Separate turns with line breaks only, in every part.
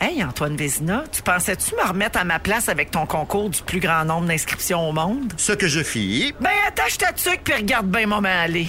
Hey, Antoine Vézina, tu pensais-tu me remettre à ma place avec ton concours du plus grand nombre d'inscriptions au monde?
Ce que je fis,
Ben, attache ta tuque puis regarde bien maman aller.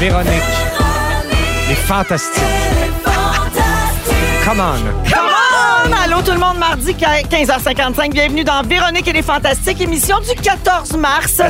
Véronique. Les fantastiques. Come on.
Come on! Allô tout le monde, mardi 15h55. Bienvenue dans Véronique et les Fantastiques, émission du 14 mars.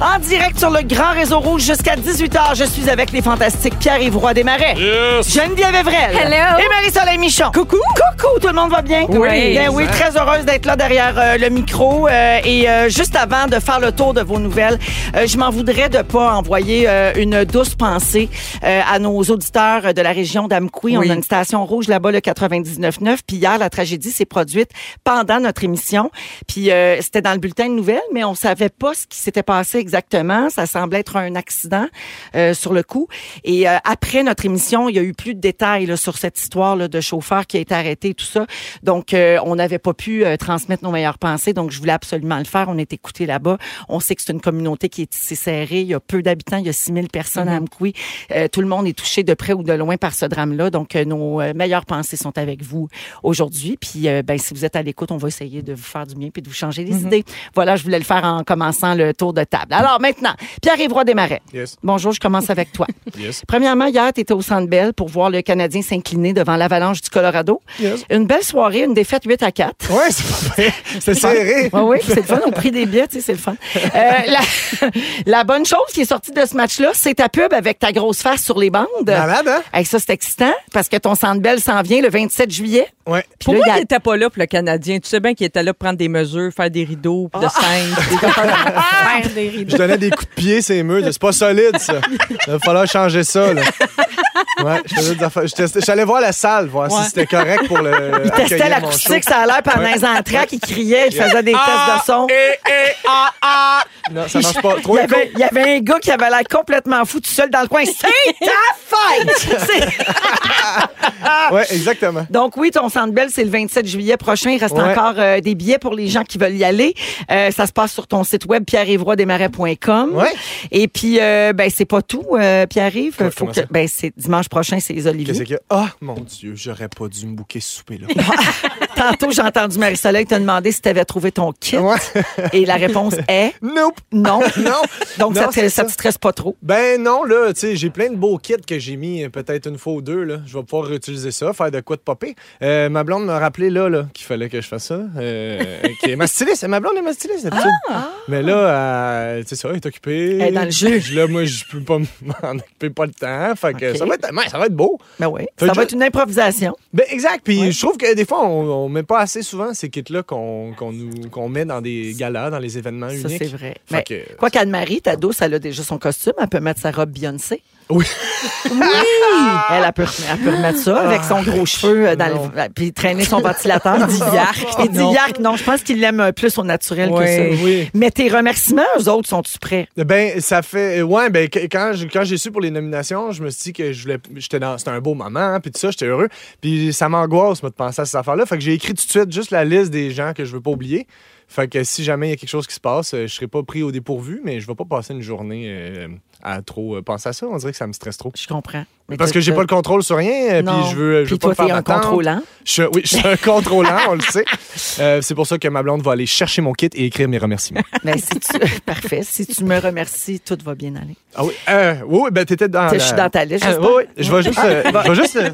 En direct sur le grand réseau rouge jusqu'à 18h. Je suis avec les Fantastiques Pierre-Yves Roy Desmarais. Geneviève Evrel.
Hello.
Et Marie-Soleil Michon. Coucou. Coucou, tout le monde va bien?
Oui.
Bien oui, très heureuse d'être là derrière euh, le micro. euh, et euh, juste avant de faire le tour de vos nouvelles, euh, je m'en voudrais de pas envoyer euh, une douce pensée euh, à nos auditeurs euh, de la région d'Amqui. On a une station rouge là-bas, le 99.9. Puis hier, la tragédie s'est produite pendant notre émission. Puis euh, c'était dans le bulletin de nouvelles, mais on savait pas ce qui s'était passé exactement. Ça semblait être un accident euh, sur le coup. Et euh, après notre émission, il y a eu plus de détails là, sur cette histoire là, de chauffeur qui a été arrêté, tout ça. Donc, euh, on n'avait pas pu euh, transmettre nos meilleures pensées. Donc, je voulais absolument le faire. On est écouté là-bas. On sait que c'est une communauté qui est assez serrée. Il y a peu d'habitants. Il y a 6000 personnes à Amkoui. Euh, tout le monde est touché de près ou de loin par ce drame-là. Donc, euh, nos euh, meilleures pensées sont avec vous aujourd'hui. Puis, euh, ben, si vous êtes à l'écoute, on va essayer de vous faire du bien puis de vous changer les idées. Voilà, je voulais le faire en commençant le tour de table. Alors, maintenant, Pierre-Yves Roy Desmarais.
Yes.
Bonjour, je commence avec toi.
Yes.
Premièrement, hier, tu étais au Centre Bell pour voir le Canadien s'incliner devant l'avalanche du Colorado.
Yes.
Une belle soirée, une défaite 8 à 4.
Ouais, c'est pas vrai. C'est serré.
Ah Oui, oui, c'est le fun. Au prix des billets, tu sais, c'est le fun. Euh, la, la bonne chose qui est sortie de ce match-là, c'est ta pub avec ta grosse face sur les bandes.
Malade, hein?
Hey, ça, c'est excitant parce que ton Centre Bell s'en vient le 27 juillet.
Ouais.
Puis là,
Pourquoi
il y a-
il était pas là pour le Canadien? Tu sais bien qu'il était là pour prendre des mesures, faire des rideaux,
Ah.
puis de scènes.
Faire des rideaux.
Je donnais des coups de pied, ces murs. C'est pas solide, ça. Il va falloir changer ça, là. Ouais, je faisais des affaires. Je testais- J'allais voir la salle, voir si c'était correct pour le.
il testait
accueillir Ah, mon show. Ah!
l'acoustique, ça a l'air pendant les entraques, il criait, il faisait des tests de son.
Non, ça marche pas.
Il
Trop
y, avait, il y avait un gars qui avait l'air complètement fou tout seul dans le coin. C'est ta fête! C'est-
Ouais, exactement.
Donc oui, ton Centre Bell, c'est le 27 juillet prochain. Il reste
Ouais.
encore euh, des billets pour les gens qui veulent y aller. Euh, ça se passe sur ton site web pierre-yvroidesmarais.com.
Ouais.
Et puis, euh, ben c'est pas tout, euh, Pierre-Yves.
Comment-
Faut
comment
que,
ça?
ben, c'est dimanche prochain, c'est les
Qu'est-ce
Oliviers.
qu'il y a? Ah, mon Dieu, j'aurais pas dû me bouquer ce souper, là.
Tantôt, j'ai entendu Marie-Soleil te demander si tu avais trouvé ton kit.
Ouais.
Et la réponse est
Nope.
non.
Non.
Donc,
Non,
ça, te,
c'est
ça te stresse pas trop.
Ben non, là, tu sais, j'ai plein de beaux kits que j'ai mis euh, peut-être une fois ou deux, là. Je vais pouvoir réutiliser ça, faire de quoi de popper. Euh, ma blonde m'a rappelé, là, là qu'il fallait que je fasse ça. Euh, qui est ma styliste. Ma blonde est ma styliste, d'habitude. Mais là, euh, tu sais, ça, elle est occupée.
Ah! Elle est dans le jeu.
Là, moi, je peux pas m'en occuper pas le temps. Fait que
Ok.
ça va être, man, ça va être beau.
Ben oui.
Fait
Ça
que
va
je-
être une improvisation.
Ben exact. Puis je trouve que des fois, on, on met pas assez souvent ces kits-là qu'on qu'on nous- qu'on met dans des galas, dans les événements
Ça,
uniques.
c'est vrai. Ben,
Fait
Mais
que-
quoi qu'Anne-Marie, ta douce, elle a déjà son costume. Elle peut mettre sa robe Beyoncé.
Oui.
Oui! Elle, elle peut, elle peut remettre ça avec son gros cheveu euh, dans
Ah, Non. Ah,
le, puis traîner son ventilateur. Dit Yark. Et dit
Non.
Yark, non, je pense qu'il l'aime euh, plus au naturel que
Ouais.
ça.
Oui.
Mais tes remerciements, eux autres, sont-tu prêts?
Ben, ça fait. Ouais, ben, que- quand, je- quand j'ai su pour les nominations, je me suis dit que je voulais. J'étais dans. C'était un beau moment, hein, puis tout ça, j'étais heureux. Puis ça m'angoisse, moi, de penser à ces affaires-là. Fait que j'ai écrit tout de suite juste la liste des gens que je veux pas oublier. Fait que si jamais il y a quelque chose qui se passe, euh, je serai pas pris au dépourvu, mais je vais pas passer une journée euh, à trop euh, penser à ça. On dirait que ça me stresse trop.
Je comprends. Mais
Parce que j'ai pas le contrôle sur rien, euh,
Non.
puis je veux, je veux
Puis
pas
toi,
me faire
t'es un
d'attente.
contrôlant.
Je suis- oui, je suis un contrôlant, on le sait. Euh, c'est pour ça que ma blonde va aller chercher mon kit et écrire mes remerciements.
Ben, si tu... Parfait. Si tu me remercies, tout va bien aller.
Ah oui, euh, oui, oui, ben t'étais dans.
Je suis
la-
dans ta liste,
Ah,
j'espère.
oui, oui, je vais juste. euh, je vais juste. euh,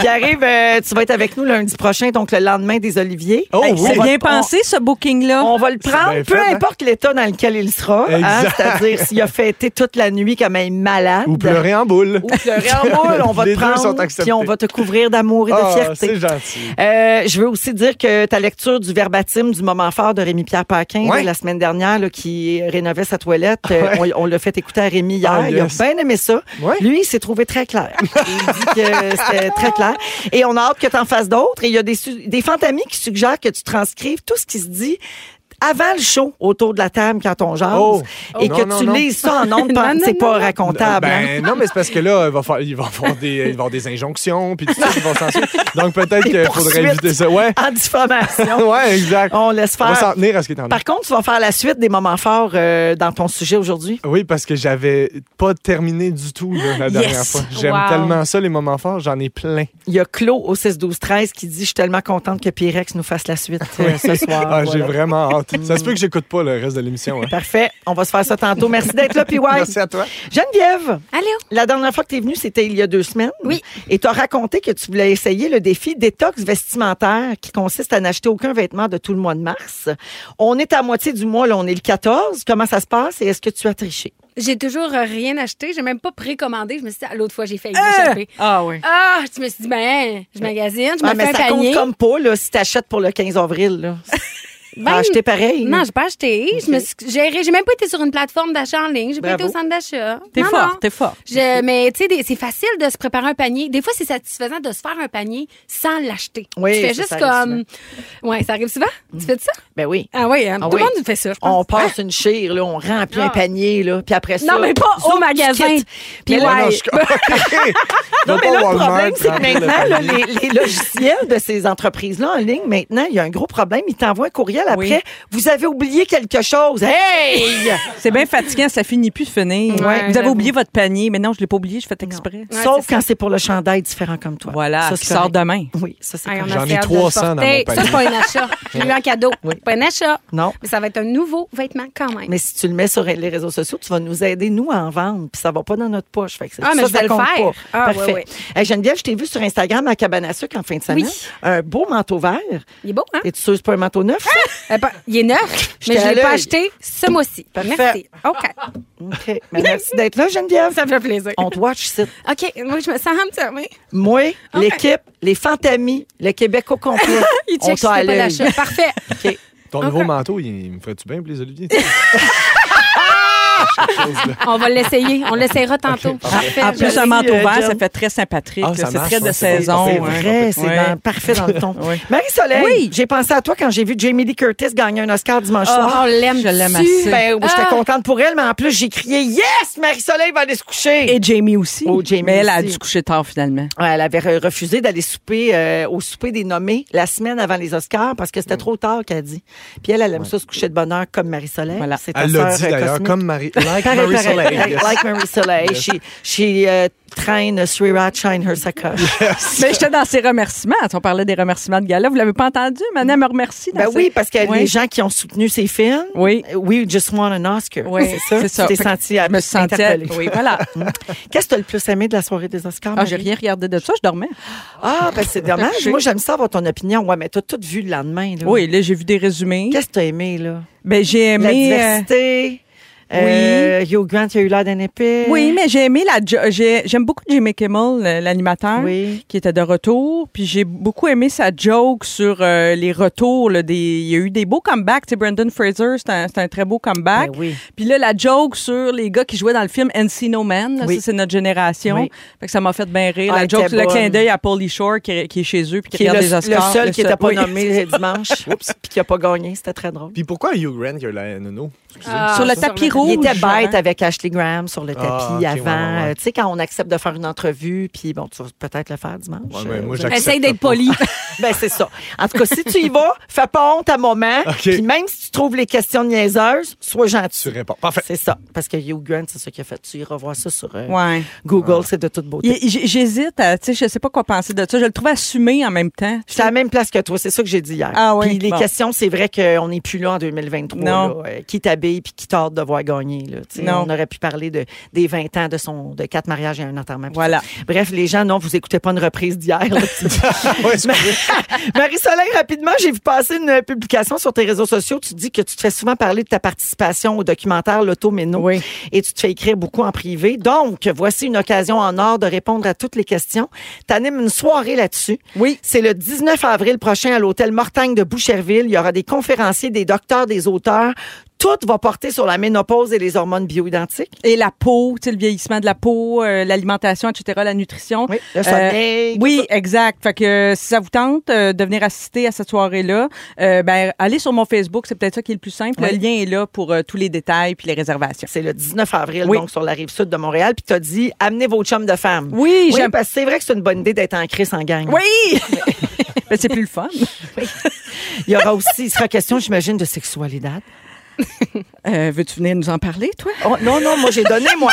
Pierre-Yves, euh, tu vas être avec nous lundi prochain, donc le lendemain des Oliviers.
Oh
Fait que
oui.
on
C'est
va-
bien
on-
pensé, ce booking-là.
On va le
C'est
prendre,
bien
peu
fait, hein?
importe l'état dans lequel il sera. hein,
Exact.
C'est-à-dire s'il a fêté toute la nuit comme un malade.
Ou pleurer en boule.
Ou pleurer en boule, on va
Les
te
deux
prendre,
sont
puis
acceptés.
on va te couvrir d'amour et de
Ah,
fierté.
c'est gentil.
Euh, je veux aussi dire que ta lecture du verbatim du moment fort de Rémi-Pierre Paquin
Ouais.
là, la semaine dernière, là, qui rénovait sa toilette, euh, on, on l'a fait écouter à Rémi hier.
Ah, yes.
Il a bien aimé ça.
Ouais.
Lui, il s'est trouvé très clair. il dit que c'était très clair. Et on a hâte que tu en fasses d'autres. Et il y a des, su- des fantamies qui suggèrent que tu transcrives tout ce qui se dit avant le show autour de la table quand on jase
Oh.
et
Oh.
que
Non, non,
tu
non.
lises ça en ondes
Non,
pendant-
non,
c'est pas racontable hein.
Ben, non, mais c'est parce que là, il va falloir- il va y avoir des, il va y avoir des injonctions, puis tout ça, ils vont s'en suivre. Donc peut-être
Des
qu'il faudrait
poursuites.
éviter ça. Ouais,
en diffamation
ouais, exact.
on laisse
On va
faire
s'en tenir à ce qui est en
Par contre, tu vas faire la suite des moments forts euh, dans ton sujet aujourd'hui.
Oui, parce que j'avais pas terminé du tout là, la dernière fois. J'aime
Wow.
tellement ça, les moments forts, j'en ai plein.
Il y a Claude au 6-12-13 qui dit « Je suis tellement contente que Pyrex nous fasse la suite euh, ce soir.
Ah,
Voilà.
j'ai vraiment hâte. Ça se peut que j'écoute pas le reste de l'émission. hein.
Parfait. On va se faire ça tantôt. Merci d'être là, PY.
Merci à toi.
Geneviève,
Allô?
la dernière fois que tu es venue, c'était il y a deux semaines.
Oui.
Et tu as raconté que tu voulais essayer le défi détox vestimentaire qui consiste à n'acheter aucun vêtement de tout le mois de mars. On est à moitié du mois, là, on est le 14. Comment ça se passe et est-ce que tu as triché?
J'ai toujours euh, rien acheté. J'ai même pas précommandé. Je me suis dit, ah, l'autre fois, j'ai failli m'échapper.
Ah oui.
Ah, tu me suis dit, ben, je magasine, je
Ah,
me fais
Hein? mais
un
ça compte
panier.
comme pas là, si tu achètes pour le 15 avril. Là.
Ben,
T'as acheté pareil. là.
Non, j'ai pas acheté. Je me suis gérée. J'ai même pas été sur une plateforme d'achat en ligne. J'ai pas
Bravo.
été au centre d'achat.
T'es
Non,
fort,
non.
t'es fort.
Je- mais tu sais, des- c'est facile de se préparer un panier. Des fois, c'est satisfaisant de se faire un panier sans l'acheter.
Oui,
tu fais
ça,
juste
ça
comme.
arrive
Ouais, ça arrive souvent. Tu fais de ça?
Ben oui.
Ah oui, hein.
Ah
tout le
oui.
monde fait ça, je pense.
On passe une chire, là, on remplit un
Ah.
panier, là, puis après ça.
Non, mais pas
zoom,
au magasin.
tu quittes.
Puis
Mais
ouais.
Ah non, je...
Non,
non,
mais là, le problème, c'est que maintenant, là, les, les logiciels de ces entreprises-là en ligne, maintenant, il y a un gros problème. Ils t'envoient un courriel après.
Oui.
Vous avez oublié quelque chose. Hey!
C'est bien fatigant, ça finit plus de finir.
Ouais,
Vous avez
j'avoue.
oublié votre panier, mais non, je l'ai pas oublié, je fais exprès.
Ouais,
Sauf
c'est ça.
quand c'est pour le chandail différent comme toi.
Voilà,
ça
qui sort
correct.
demain.
Oui, ça, c'est
Hey, Ah, on a
correct.
J'en ai
hâte de le
300 dans mon
porter.
panier.
Ça, c'est pas un achat. J'ai eu un cadeau. Pas un achat.
Non.
Mais ça va être un nouveau vêtement quand même.
Mais si tu le mets sur les réseaux sociaux, tu vas nous aider, nous, à en vendre. Puis ça va pas dans notre poche. Fait que
Ah, mais
ça,
je
ça
vais le
compte
faire.
pas.
Ah, ouais,
Parfait.
ouais.
Hey, Geneviève, je t'ai vu sur Instagram à Cabane à sucre en fin de semaine.
Oui.
Un beau manteau vert.
Il est beau, hein?
Et tu sûre que c'est pas un manteau neuf, ça?
Euh, pas- Il est neuf,
J'étais
mais je
à
l'ai pas
l'œil.
acheté ce mois-ci.
Parfait.
Merci. OK.
OK. Mais merci d'être là, Geneviève.
Ça me fait plaisir.
On te watch ici.
OK. Moi, je me sens enfermée.
Moi, l'équipe, les fantamies, le Québec au complet.
Il
on
check si
t'a à
t'as pas
l'œil.
d'achat. Parfait.
OK.
Ton nouveau manteau, il me ferait-tu bien, pour les Olivier?
Ah, On va l'essayer. On l'essayera tantôt. Parfait.
En plus,
Merci,
un manteau
euh,
vert,
Jen.
ça fait très Saint-Patrick.
Ah,
là.
ça
c'est
marche,
très de
ouais, c'est
saison.
bon,
C'est
hein.
vrai, c'est
Ouais.
dans- parfait dans le ton.
Oui.
Marie-Soleil,
Oui.
j'ai pensé à toi quand j'ai vu Jamie Lee Curtis gagner un Oscar dimanche
Ah,
soir.
Oh, On l'aime.
Je l'aime
dessus.
assez.
Ben, j'étais
Ah.
contente pour elle, mais en plus, j'ai crié « Yes! Marie-Soleil va aller se coucher! »
Et Jamie aussi.
Oh, Jamie
mais elle a
aussi.
dû se coucher tard, finalement.
Ouais, elle avait euh, refusé d'aller souper euh, au souper des nommés la semaine avant les Oscars parce que c'était trop tard qu'elle a dit. Puis elle, elle aime ça se coucher de bonne heure comme Marie-Soleil.
Voilà.
C'est ta
Elle l'a
sœur,
dit
euh,
d'ailleurs,
cosmique.
comme Marie. Like
Pareil,
Marie
pareil.
Soleil.
Like-
yes.
Like Marie Soleil. She, she euh, traîne Sriracha Shine Her Sakosh.
Mais j'étais dans ses remerciements. On parlait des remerciements de gala. Vous l'avez pas entendu? Madame me remercie. dans
Ben
ses-
oui, parce que
Oui.
les gens qui ont soutenu ces films,
Oui.
euh, we just want an Oscar.
Oui,
c'est ça. Tu t'es
Fait que
senti
Je me sentais.
interpellée.
Oui, voilà.
Qu'est-ce que t'as le plus aimé de la soirée des Oscars?
Ah, j'ai
Marie?
rien regardé de ça, je dormais.
Ah, ben c'est dommage.
Couché.
Moi, j'aime ça avoir ton opinion. Ouais, mais t'as tout vu le lendemain. Là.
Oui, là, j'ai vu des résumés.
Qu'est-ce que t'as aimé, là?
Ben, j'ai
La
aimé. euh,
diversité. euh, Hugh Grant, il a eu l'air d'un épée.
Oui, mais j'ai aimé la. jo- j'ai- J'aime beaucoup Jimmy Kimmel, le- l'animateur,
Oui.
qui était de retour. Puis j'ai beaucoup aimé sa joke sur euh, les retours. là, des, il y a eu des beaux comebacks. Tu sais, Brendan Fraser, c'est un, c'est un très beau comeback.
Ben oui.
Puis là, la joke sur les gars qui jouaient dans le film Encino Man. là,
Oui.
Ça, c'est notre génération.
Oui.
Fait que ça m'a fait bien rire.
Ah,
la
elle
joke
était
sur le
bonne.
clin d'œil à Paulie Shore qui, qui est chez eux puis qui,
Qui est
regarde
le,
les Oscars.
le seul qui n'était pas
oui.
nommé dimanche, Oups. puis qui n'a pas gagné, c'était très drôle.
Puis pourquoi Hugh Grant, il a la nono?
Ah,
Sur le tapis rouge.
Il était bête
hein.
avec Ashley Graham sur le tapis
Ah, ok, ouais,
avant.
ouais, ouais.
Euh, Tu sais, quand on accepte de faire une entrevue, puis bon, tu vas peut-être le faire dimanche.
Ouais, mais
Euh,
moi,
vous-
j'accepte
Essaye d'être
pas.
poli.
ben, c'est ça. En tout cas, si tu y vas, fais pas honte à moment.
Ok.
Puis même si tu trouves les questions niaiseuses, sois
Tu
gentil.
réponds. Parfait.
C'est ça. Parce que Hugh Grant, c'est ça qu'il a fait. Tu iras voir ça sur euh,
Ouais.
Google, c'est de toute beauté.
Il- j- J'hésite à, tu sais, je sais pas quoi penser de ça. Je le trouve assumé en même temps.
J'étais à la même place que toi, c'est ça que j'ai dit hier.
Ah oui,
Puis les
bon.
questions, c'est vrai qu'on n'est plus là en 2023.
Non.
là. Euh, qui t'habite
bille puis qui tarde de voir gagner. Là, Tu sais,
Non.
On aurait pu parler de, des 20 ans de son de quatre mariages et un enterrement.
Voilà.
Bref, les gens, non, vous écoutez pas une reprise d'hier. là.
Ouais, excusez.
Marie-Soleil, rapidement, j'ai vu passer une publication sur tes réseaux sociaux. Tu dis que tu te fais souvent parler de ta participation au documentaire L'Auto Méno
Oui.
et tu te fais écrire beaucoup en privé. Donc, voici une occasion en or de répondre à toutes les questions. Tu animes une soirée là-dessus.
Oui.
C'est le 19 avril prochain à l'hôtel Mortagne de Boucherville. Il y aura des conférenciers, des docteurs, des auteurs. Tout va porter sur la ménopause et les hormones bioidentiques.
Et la peau, tu sais, le vieillissement de la peau, euh, l'alimentation, etc., la nutrition.
Oui, le
Euh,
sommeil, tout
oui, exact. Fait que euh, si ça vous tente euh, de venir assister à cette soirée-là, euh, ben allez sur mon Facebook, c'est peut-être ça qui est le plus simple. Le lien est là pour euh, tous les détails puis les réservations.
C'est le 19 avril,
Oui.
donc sur la rive sud de Montréal. Puis t'as dit, amenez vos chums de femmes.
Oui, j'aime-
parce que c'est vrai que c'est une bonne idée d'être en crise en gang.
Oui! Ben, c'est plus le fun.
Il y aura aussi, il sera question, j'imagine, de sexualité.
Euh, Veux-tu venir nous en parler, toi?
Oh, non, non, moi j'ai donné, moi.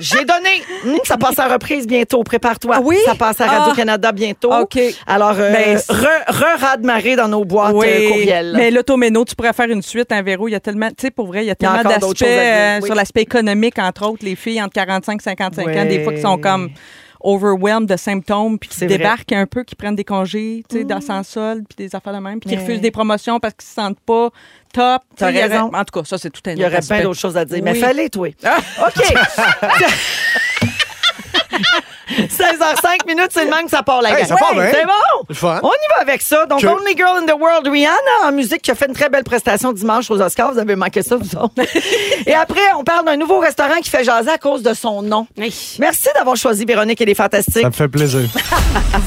J'ai donné. Hum, ça passe à reprise bientôt. Prépare-toi.
Oui? Ah.
Ça passe à Radio-Canada bientôt.
OK.
Alors, euh,
Ben,
re, re de marée dans nos boîtes euh, courriel.
mais l'automéno, tu pourrais faire une suite, un Véro. Il y a tellement, tu sais, pour vrai, il y a tellement
encore d'autres
d'aspects
choses à dire,
euh,
oui.
sur l'aspect économique, entre autres, les filles entre 45 et 55 ans, des fois, qui sont
Ouais.
comme overwhelmed de symptômes, puis qui
C'est vrai. Mm.
débarquent un peu, qui prennent des congés, tu sais, dans sans solde, puis des affaires de même, puis qui
Mais-
refusent des promotions parce qu'ils se sentent pas top. Tu
T'as
sais, il y aurait-
raison.
en tout cas, ça, c'est tout un
Il y aurait
autre
plein
aspect.
d'autres choses à dire. Mais
Oui. Ah.
fallait, toi. OK. 16h05 minutes, c'est le même que ça part la
Hey,
gang.
ça part bien.
C'est bon.
Le fun.
On y va avec ça. Donc,
hein? Que-
Only Girl in the World, Rihanna en musique, qui a fait une très belle prestation dimanche aux Oscars. Vous avez manqué ça, vous autres. Et après, on parle d'un nouveau restaurant qui fait jaser à cause de son nom.
Hey.
Merci d'avoir choisi Véronique et les Fantastiques.
Ça me fait plaisir.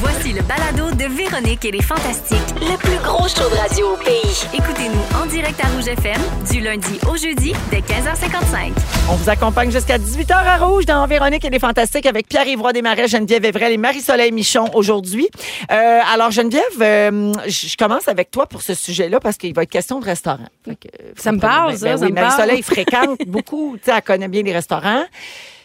Voici le balado de Véronique et les Fantastiques, le plus gros show de radio au pays. Écoutez-nous en direct à Rouge FM du lundi au jeudi dès 15h55.
On vous accompagne jusqu'à 18h à Rouge dans Véronique et les Fantastiques avec Pierre-Yves Roy Desmarais, Geneviève Evrel et Marie-Soleil Michon aujourd'hui. Euh, alors, Geneviève, euh, je je commence avec toi pour ce sujet-là parce qu'il va être question de restaurant. Fait que, euh,
Ça me
comprenez
parle,
bien.
ça,
Ben
ça
oui,
me parle.
Marie-Soleil fréquente beaucoup, tu sais, elle connaît bien les restaurants.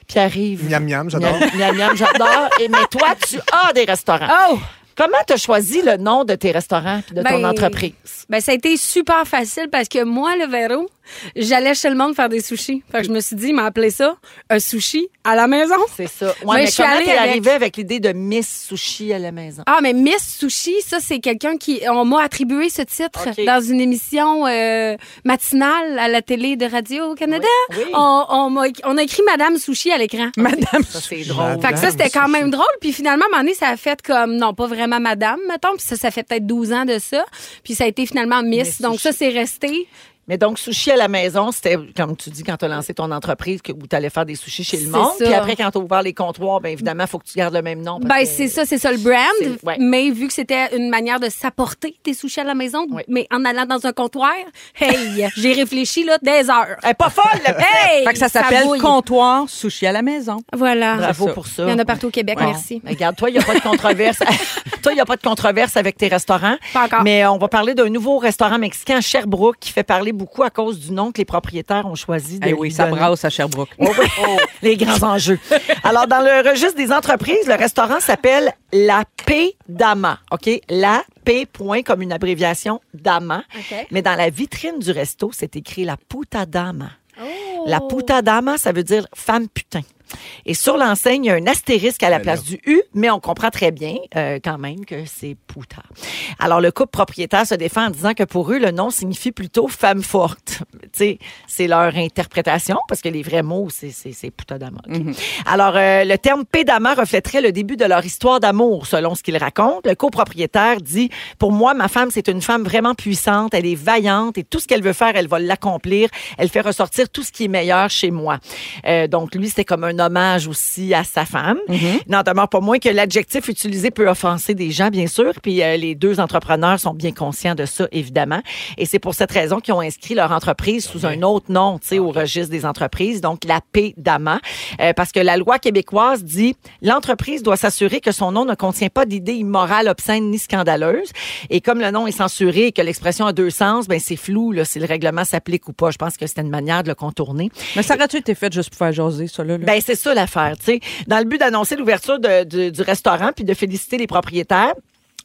Pierre-Yves.
Miam, miam, j'adore.
Miam, miam, miam, j'adore. Et mais toi, tu as des restaurants.
Ah!
Oh!
Comment tu as choisi le nom de tes restaurants et de ton
Ben,
entreprise?
Ben, ça a été super facile parce que moi, le verrou, j'allais chez le monde faire des sushis. Fait que je me suis dit, il m'a appelé ça un sushi à la maison.
C'est ça. Ouais,
Ben,
mais
je suis
comment
allée
t'es
avec-
arrivée avec l'idée de Miss Sushi à la maison?
Ah, mais Miss Sushi, ça, c'est quelqu'un qui. On m'a attribué ce titre
OK.
dans une émission euh, matinale à la télé de Radio-Canada.
Oui.
On, on, m'a- on a écrit Madame Sushi à l'écran.
Madame,
Ça, c'est drôle.
Fait que ça, c'était quand même drôle. Puis finalement, à un moment donné, ça a fait comme, non, pas vraiment madame, mettons. Puis ça, ça fait peut-être 12 ans de ça. Puis ça a été finalement Miss.
Miss
Donc
Sushi.
ça, c'est resté.
Mais donc, sushi à la maison, c'était, comme tu dis, quand tu as lancé ton entreprise, que, où tu allais faire des sushis chez le
C'est
monde.
ça.
Puis après, quand tu as ouvert les comptoirs, bien évidemment, il faut que tu gardes le même nom. parce
Ben,
que-
c'est ça, c'est ça le brand.
c'est- ouais.
Mais vu que c'était une manière de s'apporter tes sushis à la maison,
Ouais.
mais en allant dans un comptoir, hey, j'ai réfléchi, là, des heures.
Elle est pas folle, la petite!
Hey!
fait que ça s'appelle
bouille.
comptoir sushi à la maison.
Voilà.
Bravo
C'est ça.
pour ça.
Il y en a partout au Québec,
Bon.
merci.
Mais Regarde, toi, il n'y a pas de controverse. toi, il n'y a pas de controverse avec tes restaurants.
Pas encore.
Mais on va parler d'un nouveau restaurant mexicain à Sherbrooke qui fait parler beaucoup à cause du nom que les propriétaires ont choisi. de
Eh
lui
oui, ça
donner.
brasse à Sherbrooke.
Oh oui. Les grands enjeux. Alors, dans le registre des entreprises, le restaurant s'appelle La P d'Ama. OK? La P point comme une abréviation d'Ama.
OK.
Mais dans la vitrine du resto, c'est écrit La Puta d'Ama. La puta dama, ça veut dire femme putain. Et sur l'enseigne, il y a un astérisque à la place du U, mais on comprend très bien euh, quand même que c'est puta. Alors, le couple propriétaire se défend en disant que pour eux, le nom signifie plutôt femme forte. Tu sais, c'est leur interprétation, parce que les vrais mots, c'est- c'est c'est puta dama. ok? Alors, euh, le terme pédama reflèterait le début de leur histoire d'amour, selon ce qu'ils racontent. Le copropriétaire dit, pour moi, ma femme, c'est une femme vraiment puissante, elle est vaillante et tout ce qu'elle veut faire, elle va l'accomplir. Elle fait ressortir tout ce qui est meilleur chez moi. Euh, donc, lui, c'était comme un hommage aussi à sa femme. Il N'en demeure pas moins que l'adjectif utilisé peut offenser des gens, bien sûr, puis euh, les deux entrepreneurs sont bien conscients de ça, évidemment. Et c'est pour cette raison qu'ils ont inscrit leur entreprise sous un autre nom, tu sais, au registre des entreprises, donc la P d'AMA, Euh, parce que la loi québécoise dit l'entreprise doit s'assurer que son nom ne contient pas d'idées immorales, obscènes ni scandaleuses. Et comme le nom est censuré et que l'expression a deux sens, ben c'est flou là, si le règlement s'applique ou pas. Je pense que c'était une manière de le contourner.
Mais ça aurait-tu été fait juste pour faire jaser, ça, là? là?
Ben c'est ça l'affaire, tu sais. Dans le but d'annoncer l'ouverture de- de- du restaurant puis de féliciter les propriétaires.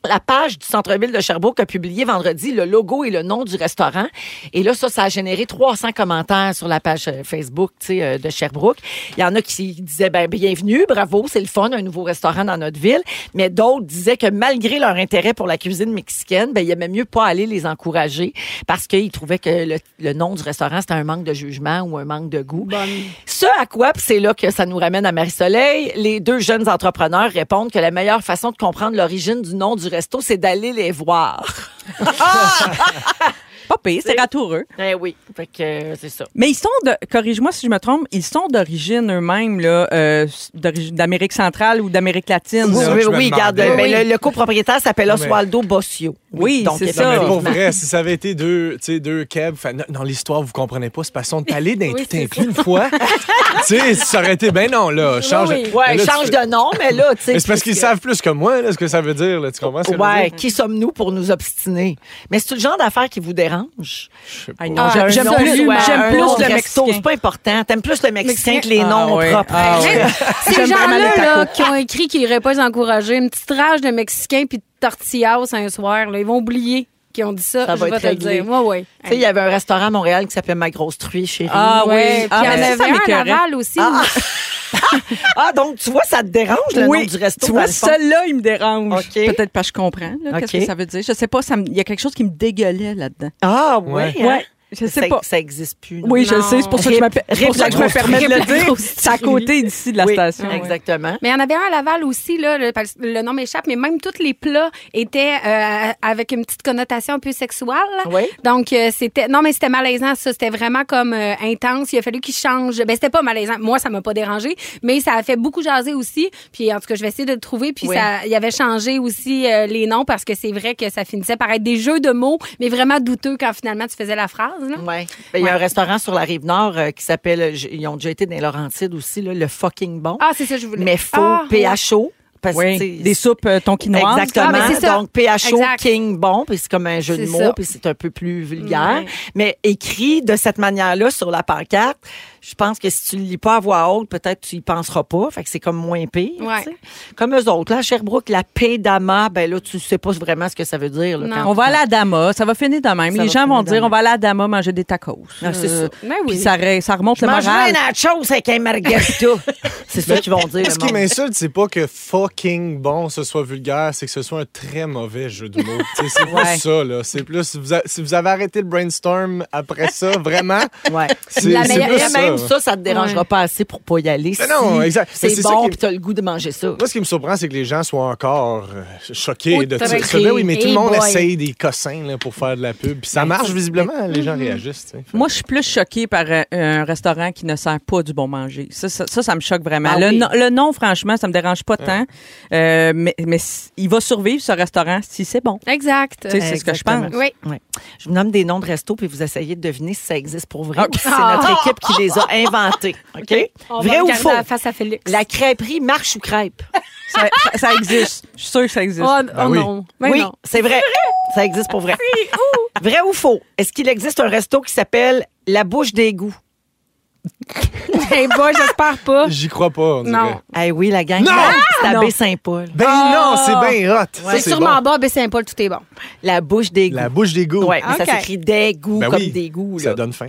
la page du centre-ville de Sherbrooke a publié vendredi le logo et le nom du restaurant. Et là, ça, ça a généré 300 commentaires sur la page euh, Facebook tu sais, euh, de Sherbrooke. Il y en a qui disaient ben, bienvenue, bravo, c'est le fun, un nouveau restaurant dans notre ville. Mais d'autres disaient que malgré leur intérêt pour la cuisine mexicaine, ben, il aimait mieux pas aller les encourager parce qu'ils trouvaient que le, le nom du restaurant, c'était un manque de jugement ou un manque de goût. Ce à quoi, puis c'est là que ça nous ramène à Marie-Soleil, les deux jeunes entrepreneurs répondent que la meilleure façon de comprendre l'origine du nom du resto, c'est d'aller les voir.
Pas pire, c'est ratoureux.
Eh oui, fait que euh, c'est ça.
Mais ils sont de, corrige-moi si je me trompe, ils sont d'origine eux-mêmes, là, euh, d'origine- d'Amérique centrale ou d'amérique latine.
Oui,
là.
que
oui,
je me
oui, regarde,
demandais.
ben, le, le copropriétaire s'appelle
Non,
Oswaldo Bossio.
Oui, c'est ça.
Mais pour
effectivement.
vrai, si ça avait été deux, tu sais, deux kebs, fait, non, dans l'histoire, vous comprenez pas, c'est parce qu'on est allé d'un
Oui,
tout
c'est
inclus une fois. tu sais, ça aurait été, ben non, là, change.
oui.
Mais
Ouais,
là, tu
change
fais-
de nom, mais là, tu sais.
Mais c'est parce qu'ils
puisque-
savent plus que moi, là, ce que ça veut dire, là, tu comprends ce que je veux
Ouais,
dire?
qui sommes-nous pour nous obstiner? Mais c'est le genre d'affaires qui vous dérange.
Je sais
Ah,
pas.
non.
Ah,
J'aime- J'aime
absolument.
plus, ouais,
J'aime
un
plus
nom
le
de
Mexicain.
resto, C'est pas important. T'aimes plus le Mexicain que les
Ah,
noms
oui.
propres.
Ah, oui.
Ces
J'aime bien
gens-là
Malé
là, qui ont écrit qu'ils n'iraient pas encourager une petite rage de Mexicains puis de tortillas un soir, là, ils vont oublier qu'ils ont dit ça.
Ça
je
va
vais
être
te le
réglé.
dire. Moi, oui.
Tu sais, il y avait un restaurant à Montréal qui s'appelait Ma Grosse Truie, chérie.
Ah oui. Ah,
Ah, il y en
mais ça, ah,
avait
ça
un à
m'écoeurait.
Laval aussi.
Ah, donc tu vois, ça te dérange le nom du resto.
tu
dans
vois,
le fond.
celui-là, il me dérange.
OK.
Peut-être parce que je comprends. là,
OK.
Qu'est-ce que ça veut dire? Je sais pas, ça me- il y a quelque chose qui me dégueulait là-dedans.
Ah oui.
Ouais.
hein?
Je sais
Ça-
pas.
Ça existe plus. non?
Oui, je le
Non.
sais, c'est pour ça que je m'appelle-
Rip-
c'est pour
rip
ça
la
que je me
grosse
permets de
truie.
le
Rip la
dire.
grosse
C'est à côté d'ici de la
Oui,
station. ouais.
Exactement.
Mais il y en avait un à Laval aussi, là, le, parce que le nom m'échappe, mais même tous les plats étaient euh, avec une petite connotation un peu sexuelle.
Oui.
Donc, euh, c'était. Non, mais c'était malaisant, ça. C'était vraiment comme euh, intense. Il a fallu qu'il change. Ben, c'était pas malaisant. Moi, ça m'a pas dérangé, mais ça a fait beaucoup jaser aussi. Puis, en tout cas, je vais essayer de le trouver. Puis,
Oui.
ça, il avait changé aussi euh, les noms parce que c'est vrai que ça finissait par être des jeux de mots, mais vraiment douteux quand finalement tu faisais la phrase. Là.
Ouais. Ben, Il y a un restaurant sur la rive nord euh, qui s'appelle, euh, j- ils ont déjà été dans les Laurentides aussi, là, le fucking bon.
Ah, c'est ça, que je voulais.
mais faux,
Ah, ouais.
PHO. Parce que,
Oui.
tu sais,
Des soupes euh, tonkinoises.
Exactement.
Ah, mais c'est ça.
Donc, PHO,
Exact.
King, bon, puis c'est comme un jeu de
C'est
mots,
ça.
puis c'est un peu plus vulgaire.
Ouais.
Mais écrit de cette manière-là sur la pancarte, je pense que si tu le lis pas à voix haute, peut-être tu y penseras pas. Fait que c'est comme moins pire.
Ouais.
tu sais. Comme eux autres, là, à Sherbrooke, la paix d'ama, ben là, tu sais pas vraiment ce que ça veut dire. là,
Non.
quand-
On va à la Dama, ça va finir de même.
Ça
Les
va
gens
finir
vont
de
dire,
même.
on va aller à la Dama manger des tacos.
Ah, c'est
Euh,
ça.
Mais oui.
Puis ça, re- ça remonte le
Mangerai
moral.
une nachos avec un margarita. c'est ça qu'ils vont dire.
Ce
le
qui
monde.
m'insulte, c'est pas que fucking bon ce soit vulgaire, c'est que ce soit un très mauvais jeu de mots. Tu sais, c'est
Ouais.
plus ça, là. C'est plus. Si vous, a- si vous avez arrêté le brainstorm après ça, vraiment,
Ouais.
c'est
La
c'est
meilleure-
plus
Et
ça.
même ça, ça te dérangera
Ouais.
pas assez pour pas y aller.
Mais non,
si
exact. Mais
C'est
c'est ça
bon,
qui-
puis t'as le goût de manger ça.
Moi, ce qui me surprend, c'est que les gens soient encore euh, choqués de tout
Outrés.
ça. Ben oui, mais tout
Hey
le monde
boy.
essaye des cossins là, pour faire de la pub. Puis ça
Ben,
marche, visiblement. Les
Mm-hmm.
gens réagissent. tu sais.
Moi, je suis plus choquée par euh, un restaurant qui ne sert pas du bon manger. Ça, ça, ça, ça me choque vraiment.
Ah
le,
oui.
nom- le nom, franchement, ça me dérange pas tant. Euh, mais mais s- il va survivre, ce restaurant, si c'est bon.
Exact.
Tu sais, c'est ce que je pense.
Exactement.
Oui.
Ouais. Je vous nomme des noms de restos, puis vous essayez de deviner si ça existe pour vrai
Ah.
ou si c'est notre équipe qui les a inventés. OK?
On va
vrai ou
regarder
faux?
la face à Félix.
La crêperie marche ou crêpe?
Ça, ça- ça existe. Je suis sûre que ça existe.
Oh,
Ben
oh
oui.
non. Ben
oui,
non.
c'est vrai. Ah, Ça existe pour vrai. vrai ou faux? Est-ce qu'il existe un resto qui s'appelle La Bouche des Goûts?
Eh ben, j'espère pas.
J'y crois pas, on
Non.
dirait.
Eh oui, la gang.
Non!
C'est à
Non.
Baie-Saint-Paul.
Ben non,
Ah!
c'est bien hot. Ça,
C'est
c'est
sûrement
bon.
bas, mais c'est pas tout est bon.
La Bouche des Goûts.
La bouche des goûts.
Ouais, mais
Ok.
ça s'écrit des goûts
Ben
comme
oui,
des goûts.
Ça
Là.
donne faim.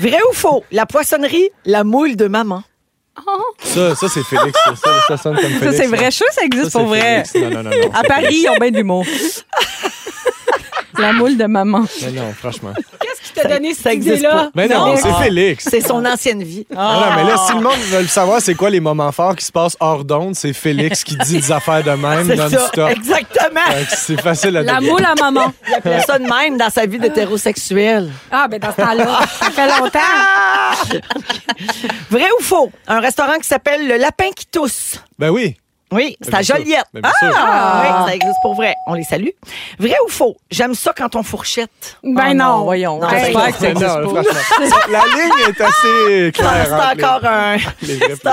Vrai ou faux? La poissonnerie, la moule de maman.
Oh,
Ça, ça c'est Félix. ça. Ça, ça sonne comme Félix.
ça, c'est vrai. Je
là.
suis sûre que ça existe
Ça,
pour
c'est
vrai.
Félix. Non, non, non, non.
À Paris, ils ont bien de l'humour. La moule de maman.
Mais non, franchement.
Qu'est-ce qui t'a donné cette
pas. Mais non, c'est Félix.
C'est son ancienne vie.
Ah non, mais là, si le monde veut le savoir, c'est quoi les moments forts qui se passent hors d'onde, c'est Félix qui dit des affaires de même
C'est ça,
non-stop.
exactement.
Fait que C'est facile à
La
deviner.
moule à maman.
Il appelait ça de même dans sa vie d'hétérosexuel.
Ah, ben dans ce temps-là, ça fait longtemps.
Ah!
Vrai ou faux? Un restaurant qui s'appelle Le Lapin qui tousse.
Ben oui.
Oui, c'est
bien
à
sûr.
Joliette.
Mais bien sûr.
Ah! Oui, ça existe pour vrai. On les salue. Vrai ou faux? J'aime ça quand on fourchette.
Ben
Oh
non.
Voyons.
Non,
J'espère
c'est-
que ça
Ben
existe
non,
pas.
franchement. La ligne est assez
Ah,
claire.
C'est
entre les-
encore un...
les vrais
C'est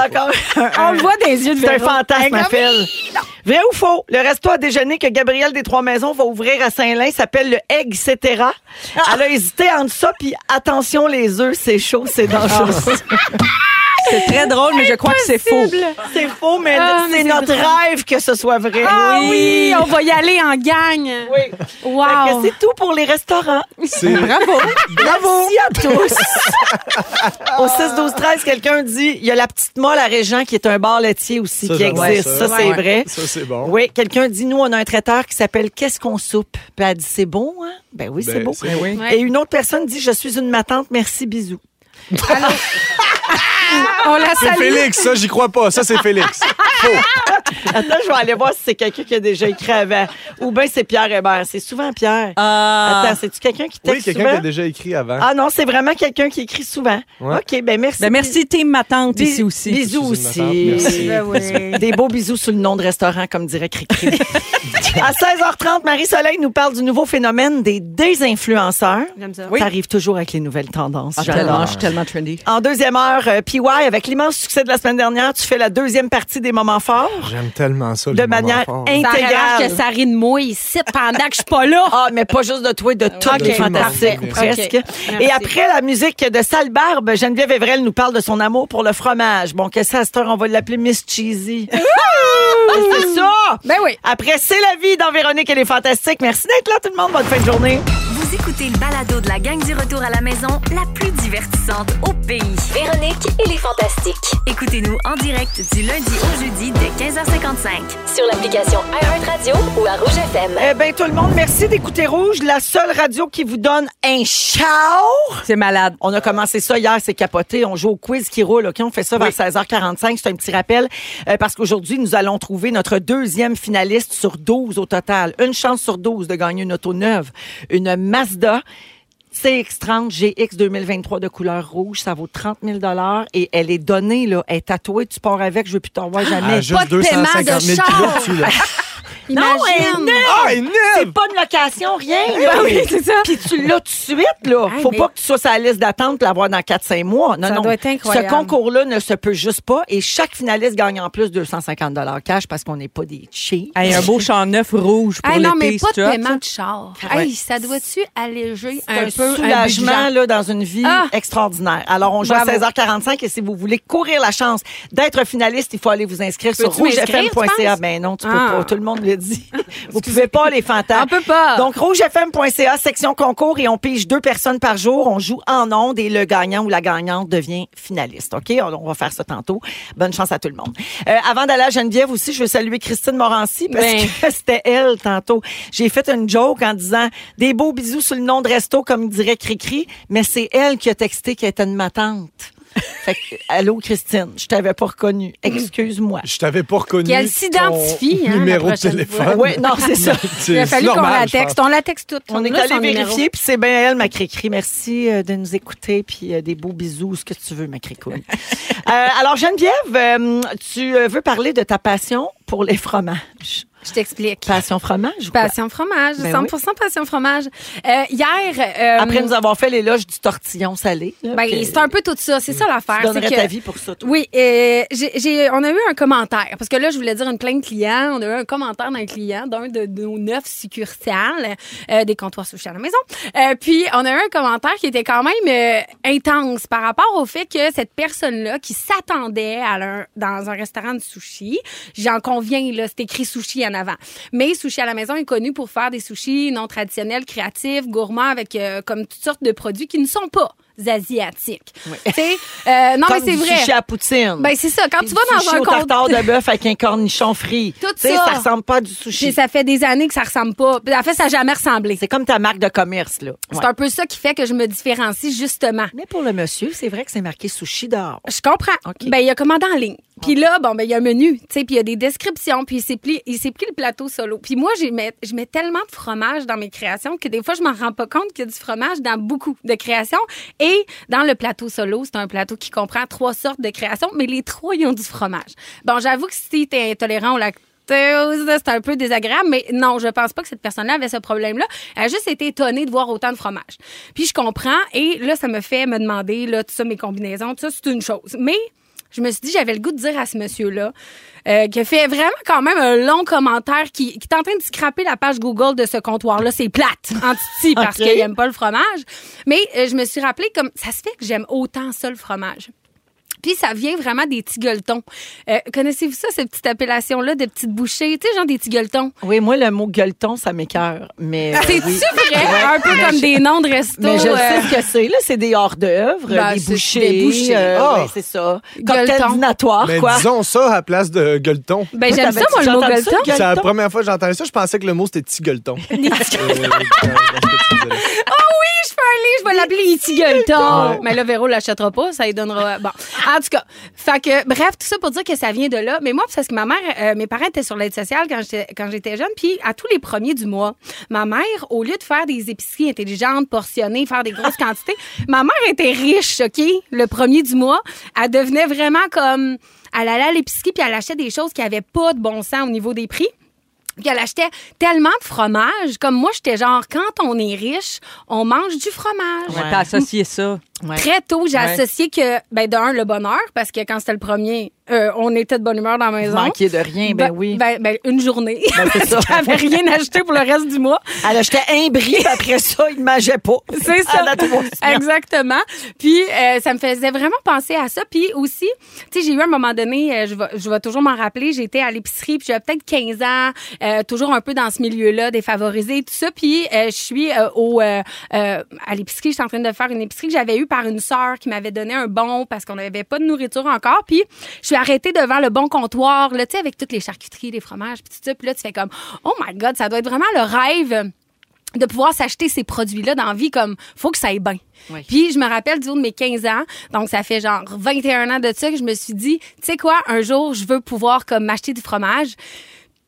encore un...
On le voit des yeux de
C'est un
Véro. Ah,
fantasme,
Hey,
ma fille. Vrai ou faux? Le resto à déjeuner que Gabrielle des Trois-Maisons va ouvrir à Saint-Lin s'appelle le Egg, etc.
Ah. Ah.
Elle a hésité entre ça, puis attention, les œufs, c'est chaud, c'est dangereux.
C'est très drôle, mais je crois que c'est faux.
C'est faux, mais
Ah, mais
c'est
c'est
notre
drôle.
rêve que ce soit vrai.
Ah oui, Ah. on va y aller en gang. Oui.
Fait que
Wow.
C'est tout pour les restaurants.
C'est
Bravo.
Bravo! Merci à tous! Au 6, 12, 13, quelqu'un dit il y a la petite molle à Régent qui est un bar laitier aussi
Ça,
qui
j'adore
existe. Ça,
ça.
c'est
Ouais.
vrai.
Ça, c'est bon.
Oui, quelqu'un dit nous, on a un traiteur qui s'appelle Qu'est-ce qu'on soupe? Puis elle dit c'est bon, hein? Ben oui, c'est
Ben,
beau.
c'est
Ben oui.
Ouais.
Et une autre personne dit je suis une matante, merci, bisous.
On la
C'est
salue.
Félix, ça, j'y crois pas. Ça, c'est Félix.
Attends, je vais aller voir si c'est quelqu'un qui a déjà écrit avant. Ou bien c'est Pierre Hébert. C'est souvent Pierre.
Ah.
Attends, c'est-tu quelqu'un qui texte
Oui, quelqu'un qui
souvent?
a déjà écrit avant.
Ah non, c'est vraiment quelqu'un qui écrit souvent.
Ouais.
OK, ben merci.
Ben, merci, team ma tante
Bis-
ici aussi.
Bisous
Je suis
aussi.
une matante, merci.
Ben oui.
Des beaux bisous sur le nom de restaurant, comme dirait Cricri. à 16h30, Marie-Soleil nous parle du nouveau phénomène des désinfluenceurs.
J'aime ça.
Oui.
T'arrives toujours avec les nouvelles tendances.
Ah,
J'adore.
tellement, je suis tellement trendy.
En deuxième heure, euh, PY, avec l'immense succès de la semaine dernière, tu fais la deuxième partie des moments forts
J'aime tellement ça. les
de
moments
manière
forts.
Ça aurait l'air que
intégrale.
ça rit de moi ici pendant que je suis pas là.
Ah, mais pas juste de toi, de tout
Ok,
le fantastique,
parfait.
ou presque.
Ok, merci.
Et après la musique de Sale Barbe, Geneviève Evrel nous parle de son amour pour le fromage. Bon, que ça, à cette heure, on va l'appeler Miss Cheesy. Ah, c'est ça!
Ben oui.
Après, c'est la vie dans Véronique, elle est fantastique. Merci d'être là, tout le monde. Bonne fin de journée.
Vous écoutez le balado de la gang du retour à la maison, la plus divertissante au pays.
Véronique et les Fantastiques.
Écoutez-nous en direct du lundi au jeudi dès 15h55.
Sur l'application iHeartRadio ou à Rouge FM.
Eh bien, tout le monde, merci d'écouter Rouge, la seule radio qui vous donne un shower.
C'est malade.
On a commencé ça hier, c'est capoté. On joue au quiz qui roule, OK? On fait ça vers 16h45. C'est un petit rappel euh, parce qu'aujourd'hui, nous allons trouver notre deuxième finaliste sur 12 au total. Une chance sur 12 de gagner une auto neuve, une Mazda. CX30 GX 2023 de couleur rouge, ça vaut 30 000 et elle est donnée, là, elle est tatouée, tu pars avec, je veux plus t'en voir
Ah,
jamais.
juste
pas de paiement de
250 000 kilos
char.
dessus, là.
Imagine. Ah
Ah, il
C'est
neuf!
pas une location, rien. là.
oui, c'est ça.
Puis tu l'as tout de suite, là.
Hey,
Faut
mais-
pas que tu sois sur la liste d'attente pour l'avoir dans 4-5 mois. Non,
Ça
non.
doit être incroyable.
Ce concours-là ne se peut juste pas et chaque finaliste gagne en plus 250 cash parce qu'on n'est pas des cheats.
Hey, un beau champ neuf rouge pour
Hey,
l'été.
non, mais pas
c'est
de
hot,
paiement
ça.
de char.
Ouais.
Hey, ça doit-tu alléger
C'est
un,
un
peu
soulagement
un budget?
là, dans une vie
Ah!
extraordinaire. Alors, on joue
Bravo.
à 16h45 et si vous voulez courir la chance d'être finaliste, il faut aller vous inscrire sur
Peux-tu m'inscrire, tu
rougefm.ca.
penses?
Ben non, tu peux
Ah.
pas. Tout le monde le dit. vous pouvez pas, les fantasmes.
On peut pas.
Donc, rougefm.ca, section concours et on pige deux personnes par jour. On joue en ondes et le gagnant ou la gagnante devient finaliste. OK? On, on va faire ça tantôt. Bonne chance à tout le monde. Euh, avant d'aller à Geneviève aussi, je veux saluer Christine Morancy parce
Ben.
que c'était elle tantôt. J'ai fait une joke en disant des beaux bisous sur le nom de resto comme dirait Cricri, mais c'est elle qui a texté qu'elle était une matante. Fait que, allô Christine, je t'avais pas reconnue. Excuse-moi.
Je t'avais pas reconnu.
Qu'elle s'identifie,
ton
hein, la
Numéro de
prochaine
téléphone.
Oui, non, c'est ça.
Il a fallu qu'on la texte.
texte.
On la texte toute.
On est
a
allé
son numéro.
vérifier, puis c'est bien elle, ma crécrie. Merci euh, de nous écouter, puis euh, des beaux bisous, ce que tu veux, ma cricouille. Euh, alors, Geneviève, euh, tu euh, veux parler de ta passion pour les fromages.
Je t'explique.
Passion fromage? ou quoi?
Passion fromage,
Ben
100% passion fromage. Euh, hier, euh,
Après nous avoir fait l'éloge du tortillon salé. là,
ben,
que
c'est un peu tout ça. C'est ça l'affaire.
Tu
c'est
donnerais
que-
ta vie pour ça, toi.
Oui, euh, j'ai, j'ai- on a eu un commentaire. Parce que là, je voulais dire une plainte client. On a eu un commentaire d'un client d'un de, nos neuf succursales euh, des comptoirs sushi à la maison. Euh, puis, on a eu un commentaire qui était quand même euh, intense par rapport au fait que cette personne-là qui s'attendait à leur- dans un restaurant de sushi, j'en conviens, là, c'est écrit sushi en avant. Mais Sushi à la maison est connu pour faire des sushis non traditionnels, créatifs, gourmands, avec euh, comme toutes sortes de produits qui ne sont pas asiatiques. Tu sais, euh, non,
Comme
mais c'est
du
vrai.
sushi à poutine.
Ben c'est ça. Quand tu
Du
vas dans
sushi
un
au tartare
compte,
de bœuf avec un cornichon frit.
Tout
Tu sais,
ça.
Ça ressemble pas à du sushi.
ça fait des années que ça ressemble pas. En fait, ça n'a jamais ressemblé.
C'est comme ta marque de commerce, là.
C'est
Ouais.
un peu ça qui fait que je me différencie justement.
Mais pour le monsieur, c'est vrai que c'est marqué sushi dehors.
Je comprends.
OK.
Ben il a commandé en ligne. Puis là, bon ben il y a un menu, tu sais, puis il y a des descriptions, puis il s'est pris, il s'est pris le plateau solo. Puis moi, j'ai mets- je mets tellement de fromage dans mes créations que des fois je m'en rends pas compte qu'il y a du fromage dans beaucoup de créations et dans le plateau solo, c'est un plateau qui comprend trois sortes de créations, mais les trois ils ont du fromage. Bon, j'avoue que si t'es intolérant au lactose, c'est un peu désagréable, mais non, je pense pas que cette personne-là avait ce problème-là. Elle a juste été étonnée de voir autant de fromage. Puis je comprends, et là, ça me fait me demander, là, tout ça, mes combinaisons, tout ça, c'est une chose. Mais je me suis dit, j'avais le goût de dire à ce monsieur-là, euh, qui a fait vraiment quand même un long commentaire, qui, qui est en train de scraper la page Google de ce comptoir-là. C'est plate, en titi, parce
Ok.
qu'il aime pas le fromage. Mais euh, je me suis rappelé, comme, ça se fait que j'aime autant ça, le fromage. Puis ça vient vraiment des tigueuletons. Euh, Connaissez-vous ça, cette petite appellation-là de petites bouchées? Tu sais, genre des tigueuletons.
Oui, moi, le mot gueuleton, ça m'écoeure, mais... euh,
C'est-tu
oui.
vrai?
Ouais,
un peu
mais
comme
je-
des noms de restos.
Mais je
euh,
sais ce que c'est, là. C'est des hors-d'œuvre,
Ben,
des
c'est-
bouchées.
des bouchées.
euh,
Ah!
ouais, c'est ça.
Gueuleton.
Cocktail dînatoire,
Mais
quoi.
disons ça à la place de gueuleton.
Ben,
Toi,
j'aime
t'avais-tu
ça, moi, le
déjà
mot
entendu ça,
gueuleton.
C'est la
gueuleton?
première fois que j'entendais ça. Je pensais que le mot c'était petit gueuleton. Euh, dans ce que tu disais là.
Ah je fais un livre, je vais l'appeler Iti Gueuleton.
Ouais.
Mais là, Véro l'achètera pas, ça lui donnera. Bon. En tout cas, fait que, bref, tout ça pour dire que ça vient de là. Mais moi, parce que ma mère, euh, mes parents étaient sur l'aide sociale quand j'étais, quand j'étais jeune, puis à tous les premiers du mois, ma mère, au lieu de faire des épiceries intelligentes, portionnées, faire des grosses quantités, ma mère était riche, OK? Le premier du mois, elle devenait vraiment comme. Elle allait à l'épicerie, puis elle achetait des choses qui n'avaient pas de bon sens au niveau des prix. Puis elle achetait tellement de fromage. Comme moi, j'étais genre, quand on est riche, on mange du fromage.
Ouais, T'as associé ça.
Très tôt, j'ai associé que, ben, d'un, le bonheur, parce que quand c'était le premier, euh, on était de bonne humeur dans la
Vous
maison.
manquiez de rien, ben, oui.
Ben, ben, une journée.
Ben, c'est ça.
parce qu'elle avait rien acheté pour le reste du mois.
Elle achetait un bris, puis après ça, il ne mangeait pas.
C'est
À
ça.
la trois semaines.
Exactement. Puis euh, ça me faisait vraiment penser à ça. Puis aussi, tu sais, j'ai eu un moment donné, euh, je vais, je vais toujours m'en rappeler, j'étais à l'épicerie, puis j'avais peut-être 15 ans, euh, toujours un peu dans ce milieu-là, défavorisé, tout ça. Puis euh, je suis euh, au euh, euh, à l'épicerie, j'étais en train de faire une épicerie que j'avais eue par une sœur qui m'avait donné un bon parce qu'on n'avait pas de nourriture encore. Puis je suis arrêtée devant le bon comptoir, là, tu sais, avec toutes les charcuteries, les fromages, puis tout ça. Puis là, tu fais comme, oh my God, ça doit être vraiment le rêve de pouvoir s'acheter ces produits-là dans la vie, comme, faut que ça aille bien. Puis, je me rappelle du haut de mes 15 ans, donc ça fait genre 21 ans de ça que je me suis dit, tu sais quoi, un jour, je veux pouvoir comme m'acheter du fromage.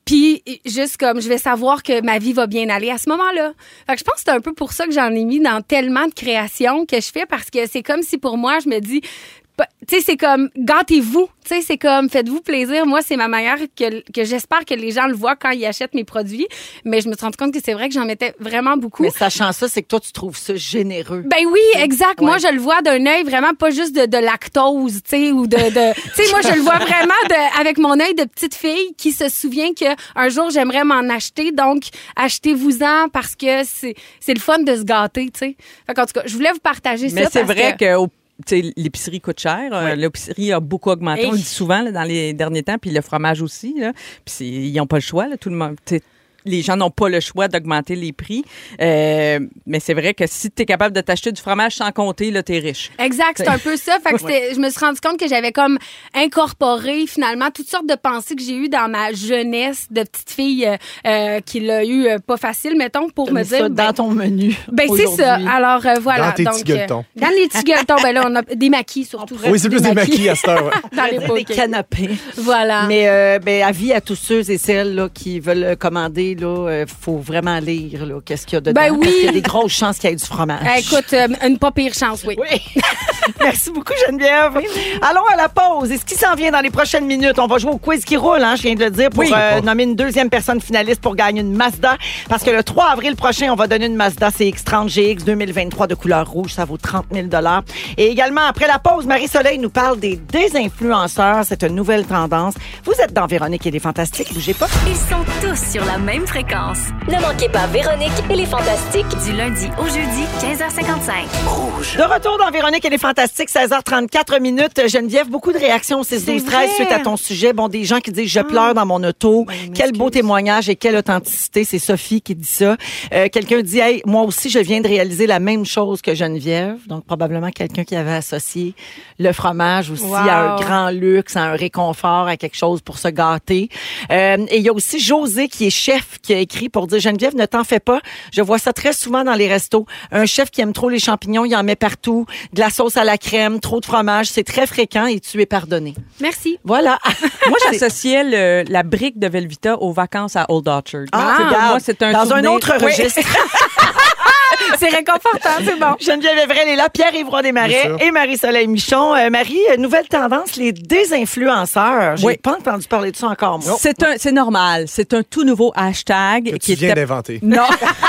Puis, juste comme, je vais savoir que ma vie va bien aller à ce moment-là. Fait que je pense que c'est un peu pour ça que j'en ai mis dans tellement de créations que je fais parce que c'est comme si pour moi, je me dis, pa- tu sais, c'est comme, gâtez-vous. Tu sais, c'est comme, faites-vous plaisir. Moi, c'est ma manière que, que j'espère que les gens le voient quand ils achètent mes produits. Mais je me suis rendu compte que c'est vrai que j'en mettais vraiment beaucoup.
Mais sachant ça, c'est que toi, tu trouves ça généreux.
Ben oui, exact. Moi, je le vois d'un œil vraiment pas juste de, de lactose, tu sais, ou de, de tu sais, moi, je le vois vraiment de, avec mon œil de petite fille qui se souvient que un jour j'aimerais m'en acheter, donc achetez-vous-en parce que c'est c'est le fun de se gâter, tu sais. En tout cas, je voulais vous partager
Mais
ça.
c'est
parce
vrai
que...
que, au- tu sais, l'épicerie coûte cher. Euh, L'épicerie a beaucoup augmenté.
Hey.
On le dit souvent là, dans les derniers temps. Puis le fromage aussi. Là. Puis c'est- ils n'ont pas le choix. Là, tout le monde. tu sais, Les gens n'ont pas le choix d'augmenter les prix. Euh, mais c'est vrai que si tu es capable de t'acheter du fromage sans compter, là, t'es riche.
Exact, c'est un peu ça. Fait que c'était- je me suis rendu compte que j'avais comme incorporé finalement toutes sortes de pensées que j'ai eues dans ma jeunesse de petite fille euh, euh, qui l'a eu euh, pas facile, mettons, pour me
Mais
dire
ça,
ben,
dans ton menu.
Ben c'est ça.
aujourd'hui.
Alors euh, voilà.
Dans tes
Donc,
petits gueuletons.
euh, dans les petits gueuletons, ben là on a des maquis surtout.
Oui, c'est plus des maquis hein. à cette heure. ouais.
dans les Ah.
des
poquets.
canapés.
Voilà.
Mais euh, ben, avis à tous ceux et celles là, qui veulent euh, commander, il faut vraiment lire là, qu'est-ce qu'il y a dedans.
Ben oui.
Parce qu'il y a des grosses chances qu'il y ait du fromage.
Eh, écoute, euh, une pas pire chance, oui.
Oui. Merci beaucoup, Geneviève. Allons à la pause. Et ce qui s'en vient dans les prochaines minutes, on va jouer au quiz qui roule, hein, je viens de le dire, pour euh, nommer une deuxième personne finaliste pour gagner une Mazda. Parce que le 3 avril prochain, on va donner une Mazda CX-30 GX 2023 de couleur rouge. Ça vaut 30 000 Et également, après la pause, Marie-Soleil nous parle des désinfluenceurs. C'est une nouvelle tendance. Vous êtes dans Véronique et les Fantastiques. Bougez pas.
Ils sont tous sur la même fréquence.
Ne manquez pas Véronique et les Fantastiques.
Du lundi au jeudi, 15h55.
De retour dans Véronique et les Fantastiques, 16h34 minutes. Geneviève, beaucoup de réactions au 6 12 13 suite à ton sujet. Bon, des gens qui disent je pleure dans mon auto. Quel beau témoignage et quelle authenticité. C'est Sophie qui dit ça. Euh, quelqu'un dit hey, moi aussi je viens de réaliser la même chose que Geneviève. Donc probablement quelqu'un qui avait associé le fromage aussi
Wow.
à un grand luxe, à un réconfort, à quelque chose pour se gâter. Euh, et il y a aussi José qui est chef qui a écrit pour dire Geneviève ne t'en fais pas. Je vois ça très souvent dans les restos. Un chef qui aime trop les champignons, il en met partout, de la sauce à la crème, trop de fromage, c'est très fréquent et tu es pardonné.
Merci.
Voilà.
Moi, j'associais le- la brique de Velvita aux vacances à Old Orchard.
Ah,
Pour
regarde,
moi, c'est un
dans
souvenir-
un autre
Oui.
registre.
C'est réconfortant, c'est bon.
Geneviève Evrel est là, Pierre-Yves Roy Desmarais
Bien sûr.
et Marie-Soleil Michon. Euh, Marie, euh, nouvelle tendance, les désinfluenceurs. J'ai
Oui.
pas entendu parler de ça encore, moi.
C'est un, c'est normal. C'est un tout nouveau hashtag
Oh. Que
qui
tu viens
était-
d'inventer.
Non.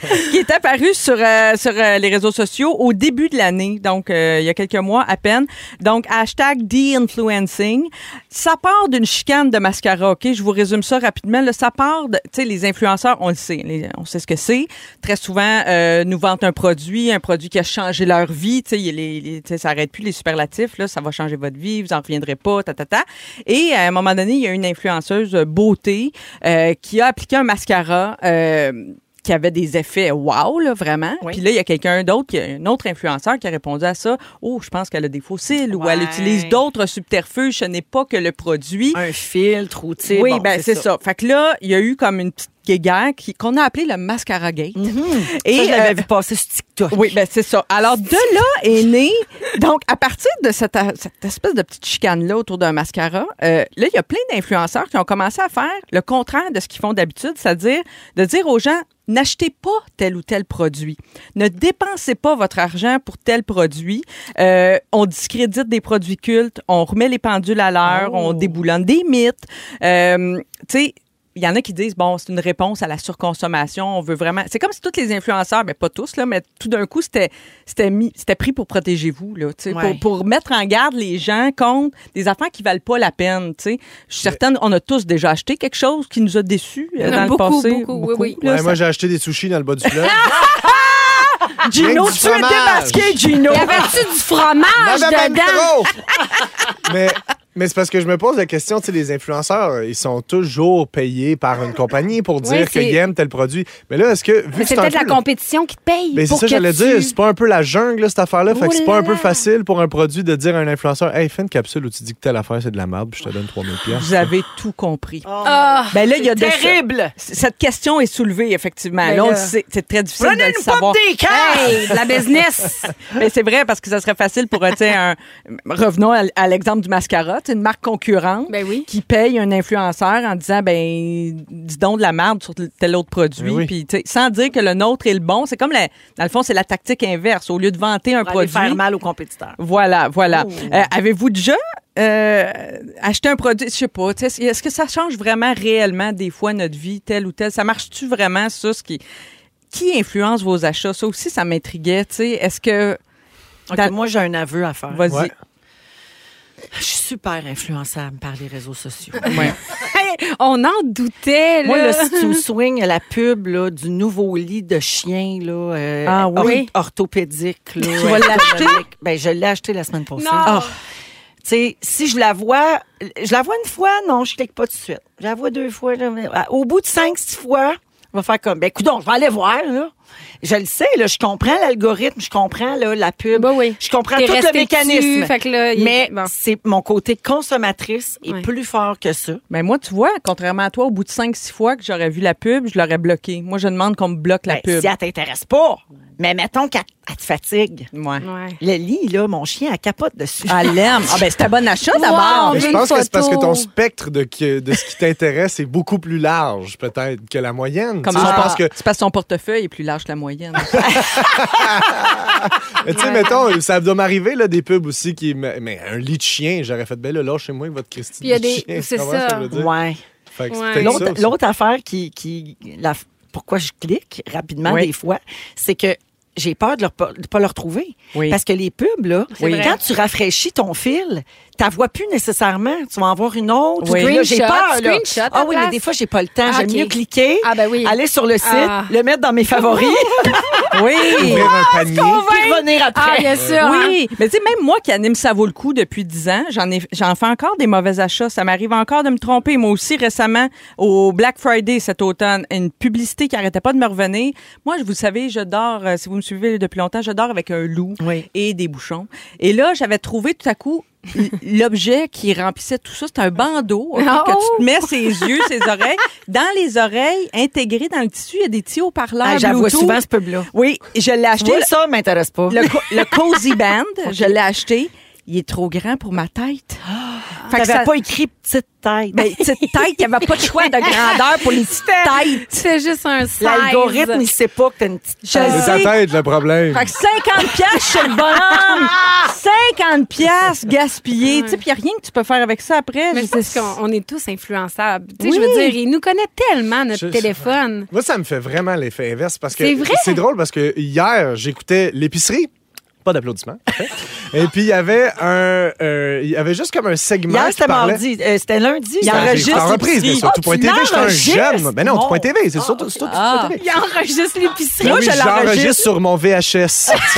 qui est apparu sur, euh, sur euh, les réseaux sociaux au début de l'année, donc euh, il y a quelques mois à peine. Donc, hashtag de-influencing. Ça part d'une chicane de mascara, OK? Je vous résume ça rapidement. Là, ça part, de- tu sais, les influenceurs, on le sait. les- on sait ce que c'est. Très souvent, euh, nous vantent un produit, un produit qui a changé leur vie. Tu sais, il y a les- les- tu sais, ça n'arrête plus les superlatifs. Là, ça va changer votre vie, vous n'en reviendrez pas, ta, ta, ta. Et à un moment donné, il y a une influenceuse euh, beauté euh, qui a appliqué un mascara. euh, qui avait des effets wow, là, vraiment.
Oui.
Puis là, il y a quelqu'un d'autre, qui- un autre influenceur qui a répondu à ça. Oh, je pense qu'elle a des fossiles ou elle
Ouais.
utilise d'autres subterfuges. Ce n'est pas que le produit.
Un filtre ou, tu sais,
Oui,
bon,
ben c'est ça. Fait que là, il y a eu comme une petite guéguerre qui- qu'on a appelée le mascara gate.
Et Mhm. ça, je l'avais
euh,
vu passer sur TikTok.
oui, ben c'est ça. Alors de là est né, donc à partir de cette, cette espèce de petite chicane là autour d'un mascara, euh, là il y a plein d'influenceurs qui ont commencé à faire le contraire de ce qu'ils font d'habitude, c'est-à-dire de dire aux gens n'achetez pas tel ou tel produit, ne dépensez pas votre argent pour tel produit. Euh, on discrédite des produits cultes, on remet les pendules à l'heure, on déboulonne des mythes. Euh, tu sais, il y en a qui disent bon, c'est une réponse à la surconsommation, on veut vraiment c'est comme si tous les influenceurs, mais pas tous là, mais tout d'un coup c'était c'était mis c'était pris pour protéger vous là, tu sais,
Ouais.
pour, pour mettre en garde les gens contre des affaires qui valent pas la peine, tu sais. Je suis certaine on a tous déjà acheté quelque chose qui nous a déçus euh,
Il y en
dans
a
le
beaucoup,
passé.
beaucoup, oui, oui.
là,
Ouais,
ça-
moi, j'ai acheté des sushis dans le bas du fleuve.
Gino,
Rien que
Ah!
du
tu étais
fromage.
masqué, Gino.
Y avait-tu du fromage
Madame
dedans?
Amicro! mais mais c'est parce que je me pose la question, tu sais, les influenceurs, ils sont toujours payés par une compagnie pour dire
Oui, c'est-
qu'ils aiment tel produit. Mais là, est-ce que. Vu
Mais
que
c'est
c'est un
peut-être la
peu-
compétition qui te paye.
Mais c'est
pour
ça,
que
j'allais
tu-
dire, c'est pas un peu la jungle, là, cette affaire-là. Fait
Oh
que c'est
là
pas un peu
là.
facile pour un produit de dire à un influenceur, hey, fais une capsule où tu dis que telle affaire, c'est de la merde, puis je te donne 3000 pièces.
Vous avez tout compris.
Ah,
Ben là, il y a de ça-
Terrible.
C- Cette question est soulevée, effectivement.
Ben
là, on
là.
le sait, c'est très difficile de le
Prenez-nous pas
savoir.
des cailles.
hey, de la business.
Mais c'est vrai, parce que ça serait facile pour, euh, tu sais, un... Revenons à, l- à l'exemple du mascara, tu sais, une marque concurrente
Ben oui.
qui paye un influenceur en disant, ben, dis donc de la merde sur tel autre produit,
Ben oui.
puis, tu sais, sans dire que le nôtre est le bon. C'est comme, la- dans le fond, c'est la tactique inverse. Au lieu de vanter un
Pour aller
produit...
faire mal aux compétiteurs.
Voilà,
Oh.
voilà. Euh, Avez-vous déjà euh, acheté un produit, je sais pas, tu sais, est-ce que ça change vraiment réellement des fois notre vie, telle ou telle? Ça marche-tu vraiment, ça, ce qui, qui influence vos achats? Ça aussi, ça m'intriguait, tu sais. Est-ce que...
OK,
Dans-
moi, j'ai un aveu à faire.
Vas-y.
Ouais.
Je suis super influençable par les réseaux sociaux.
On en doutait, là.
Moi, là, si tu me swings la pub là, du nouveau lit de chien là, euh,
Ah
or-
oui?
orthopédique. Là,
Tu vas l'acheter?
ergonomique, Ben, je l'ai acheté la semaine passée.
Non.
Ah.
Tu sais, si je la vois, je la vois une fois, non, je clique pas tout de suite. Je la vois deux fois. là, mais- à- Au bout de cinq, six fois, je vais faire comme, ben, écoute, je vais aller voir, là. Je le sais, là, je comprends l'algorithme, je comprends, là, la pub.
Ben oui.
Je comprends
T'es
tout le
resté
mécanisme.
dessus, fait que là, il-
mais
bon.
c'est mon côté consommatrice est
Ouais.
plus fort que ça.
Mais Ben, moi, tu vois, contrairement à toi, au bout de 5-6 fois que j'aurais vu la pub, je l'aurais bloqué. Moi, je demande qu'on me bloque la
Ben,
pub.
Si elle t'intéresse pas, mais mettons qu'elle elle te fatigue.
Ouais.
Ouais.
Le lit, là, mon chien, elle capote dessus.
Ah, l'aime. Ah, ben, c'était un bon achat,
Wow.
d'abord.
Mais je
Une
pense que c'est parce que
photo.
ton spectre de, que- de ce qui t'intéresse est beaucoup plus large, peut-être, que la moyenne.
Comme
Tu sais,
ça,
je pense que
C'est parce que son portefeuille est plus large que la moyenne.
Mais tu sais, mettons, ça doit m'arriver, là, des pubs aussi qui. Mais mais un lit de chien, j'aurais fait, ben là, lâchez moi avec votre Christine.
Il y a des- c'est ça.
ouais.
Fait que c'est
Ouais.
peut-être ça
L'autre
aussi.
l'autre affaire qui. qui la, pourquoi je clique rapidement
Oui.
des fois, c'est que j'ai peur de leur pas- de pas le retrouver.
Oui.
Parce que les pubs, là,
C'est vrai.
quand tu rafraîchis ton fil, tu vois plus nécessairement. Tu vas en voir une autre.
Oui.
Ou là, j'ai
Screenshot,
peur. là.
screenshot à
ah oui,
place.
mais des fois, j'ai pas le temps.
Ah,
J'aime
ok.
mieux cliquer,
Ah, ben oui.
aller sur le site,
Ah.
le mettre dans mes favoris,
oui.
Ouvrir un panier.
puis revenir
Ah,
après.
bien sûr. hein.
Oui, mais tu sais, même moi qui anime Ça vaut le coup depuis 10 ans, j'en ai- j'en fais encore des mauvais achats. Ça m'arrive encore de me tromper. Moi aussi, récemment, au Black Friday cet automne, une publicité qui arrêtait pas de me revenir. Moi, je- vous savez, je dors, euh, si vous me suivez depuis longtemps, je dors avec un loup
Oui.
et des bouchons. Et là, j'avais trouvé tout à coup l- l'objet qui remplissait tout ça. C'est un bandeau ok,
Oh!
Ah
que tu te mets ses yeux, ses oreilles. Dans les oreilles, intégrées dans le tissu, il y a des petits haut-parleurs
Ah, J'avoue
Bluetooth.
souvent ce pub-là.
Oui, je l'ai acheté.
Moi, ça m'intéresse pas.
Le, co- le Cozy Band, je l'ai acheté. Il est trop grand pour ma tête. fait que
Ah. T'avais
ça-
pas écrit petite tête.
Ben, petite Ah. tête, il n'y avait pas de choix de grandeur pour les petites têtes.
Tu fais juste un size.
L'algorithme, il sait pas que t'as une petite
Je
tête.
le
C'est Euh, ta
sais.
tête, le problème.
Fait que 50 piastres chez le bonhomme. 50 piastres gaspillées. Tu sais, puis il n'y a rien que tu peux faire avec ça après.
Mais
Je-
c'est ce qu'on on est tous influençables. Tu sais,
Oui.
je veux dire, il nous connaît tellement notre
Je-
téléphone.
Moi, ça me fait vraiment l'effet inverse parce que
C'est vrai?
drôle parce que hier, j'écoutais l'épicerie. Pas d'applaudissements. Et puis, il y avait un. euh, il y avait juste comme un segment.
Hier,
qui
c'était
parlait-
mardi. Euh, c'était lundi.
Il
ça.
enregistre
En reprise, bien sûr.
Ah,
tout point
tu
TV, je suis un
l'enregistres?
jeune. Ben non, tout point TV, c'est surtout surtout tout point
Ah.
TV.
Il enregistre l'épicerie.
Ben
Moi,
oui,
je
j'enregistre
l'enregistre.
sur mon VHS. tu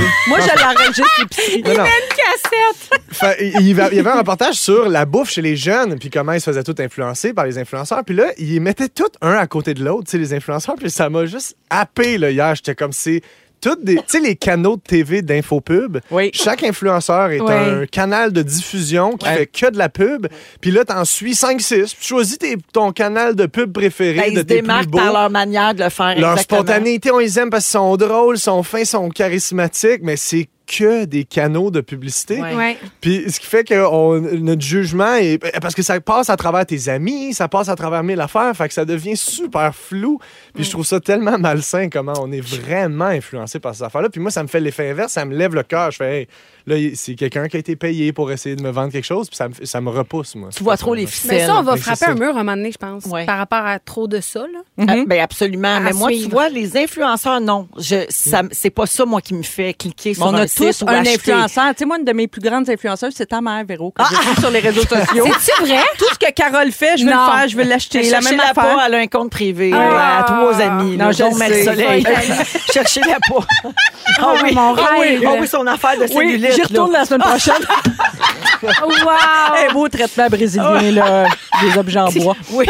sais.
Moi, je l'enregistre l'épicerie.
Non, non.
Cassette.
Fait, il, il va- il y avait un reportage sur la bouffe chez les jeunes, puis comment ils se faisaient tout influencer par les influenceurs. Puis là, ils mettaient tout un à côté de l'autre, tu sais, les influenceurs. Puis ça m'a juste happé, là, hier. J'étais comme, c'est toutes des. Tu sais, les canaux de TV d'infopub.
Oui.
Chaque influenceur est
Oui.
un canal de diffusion qui fait que de la pub. Puis là, t'en suis 5-6. puis tu choisis tes- ton canal de pub préféré
Ben, ils
de
se
tes plus
démarquent
beaux.
par leur manière de le faire.
Leur
exactement.
spontanéité, on les aime parce qu'ils sont drôles, sont fins, sont charismatiques, mais c'est que des canaux de publicité.
Ouais.
Ouais. Ben,
Puis ce qui fait que on- notre jugement est. ben, Parce que ça passe à travers tes amis, ça passe à travers mille affaires, fait que ça devient super flou. Puis je trouve ça tellement malsain comment on est vraiment influencé par ces affaires-là. Puis moi, ça me fait l'effet inverse, ça me lève le cœur. Je fais, hey, là, y- c'est quelqu'un qui a été payé pour essayer de me vendre quelque chose, puis ça me, ça me repousse, moi.
Tu vois trop les
Mais
ficelles.
ça, on va
Mais c'est
frapper
ça.
un mur à un moment donné, je pense,
Ouais.
par rapport à trop de ça. Là.
Ah, ben absolument.
À
Mais moi, tu
suivre.
vois, les influenceurs, non. Je, ça, c'est pas ça, moi, qui me fait cliquer
Mais
sur
on
un
a
site
tous
ou
un
acheter.
influenceur. Tu sais, moi, une de mes plus grandes influenceuses, c'est ta mère, Véro,
Ah,
que j'ai vue sur les réseaux sociaux.
C'est-tu vrai?
Tout ce que Carole fait, je veux
Non.
le faire, je veux
Mais
l'acheter. La même
cherchez-la
affaire.
pas, elle a un compte privé
Ah.
là, euh, à trois amis.
Non,
là,
je
dont
le
Maître
sais.
Soleil. Cherchez-la pas. Ah oui,
mon
ah oui,
rêve.
ah oui, son affaire de
Oui,
cellulite.
j'y
là.
retourne la semaine prochaine.
Oh, Wow!
Un beau traitement brésilien, là, des objets en bois.
Oui.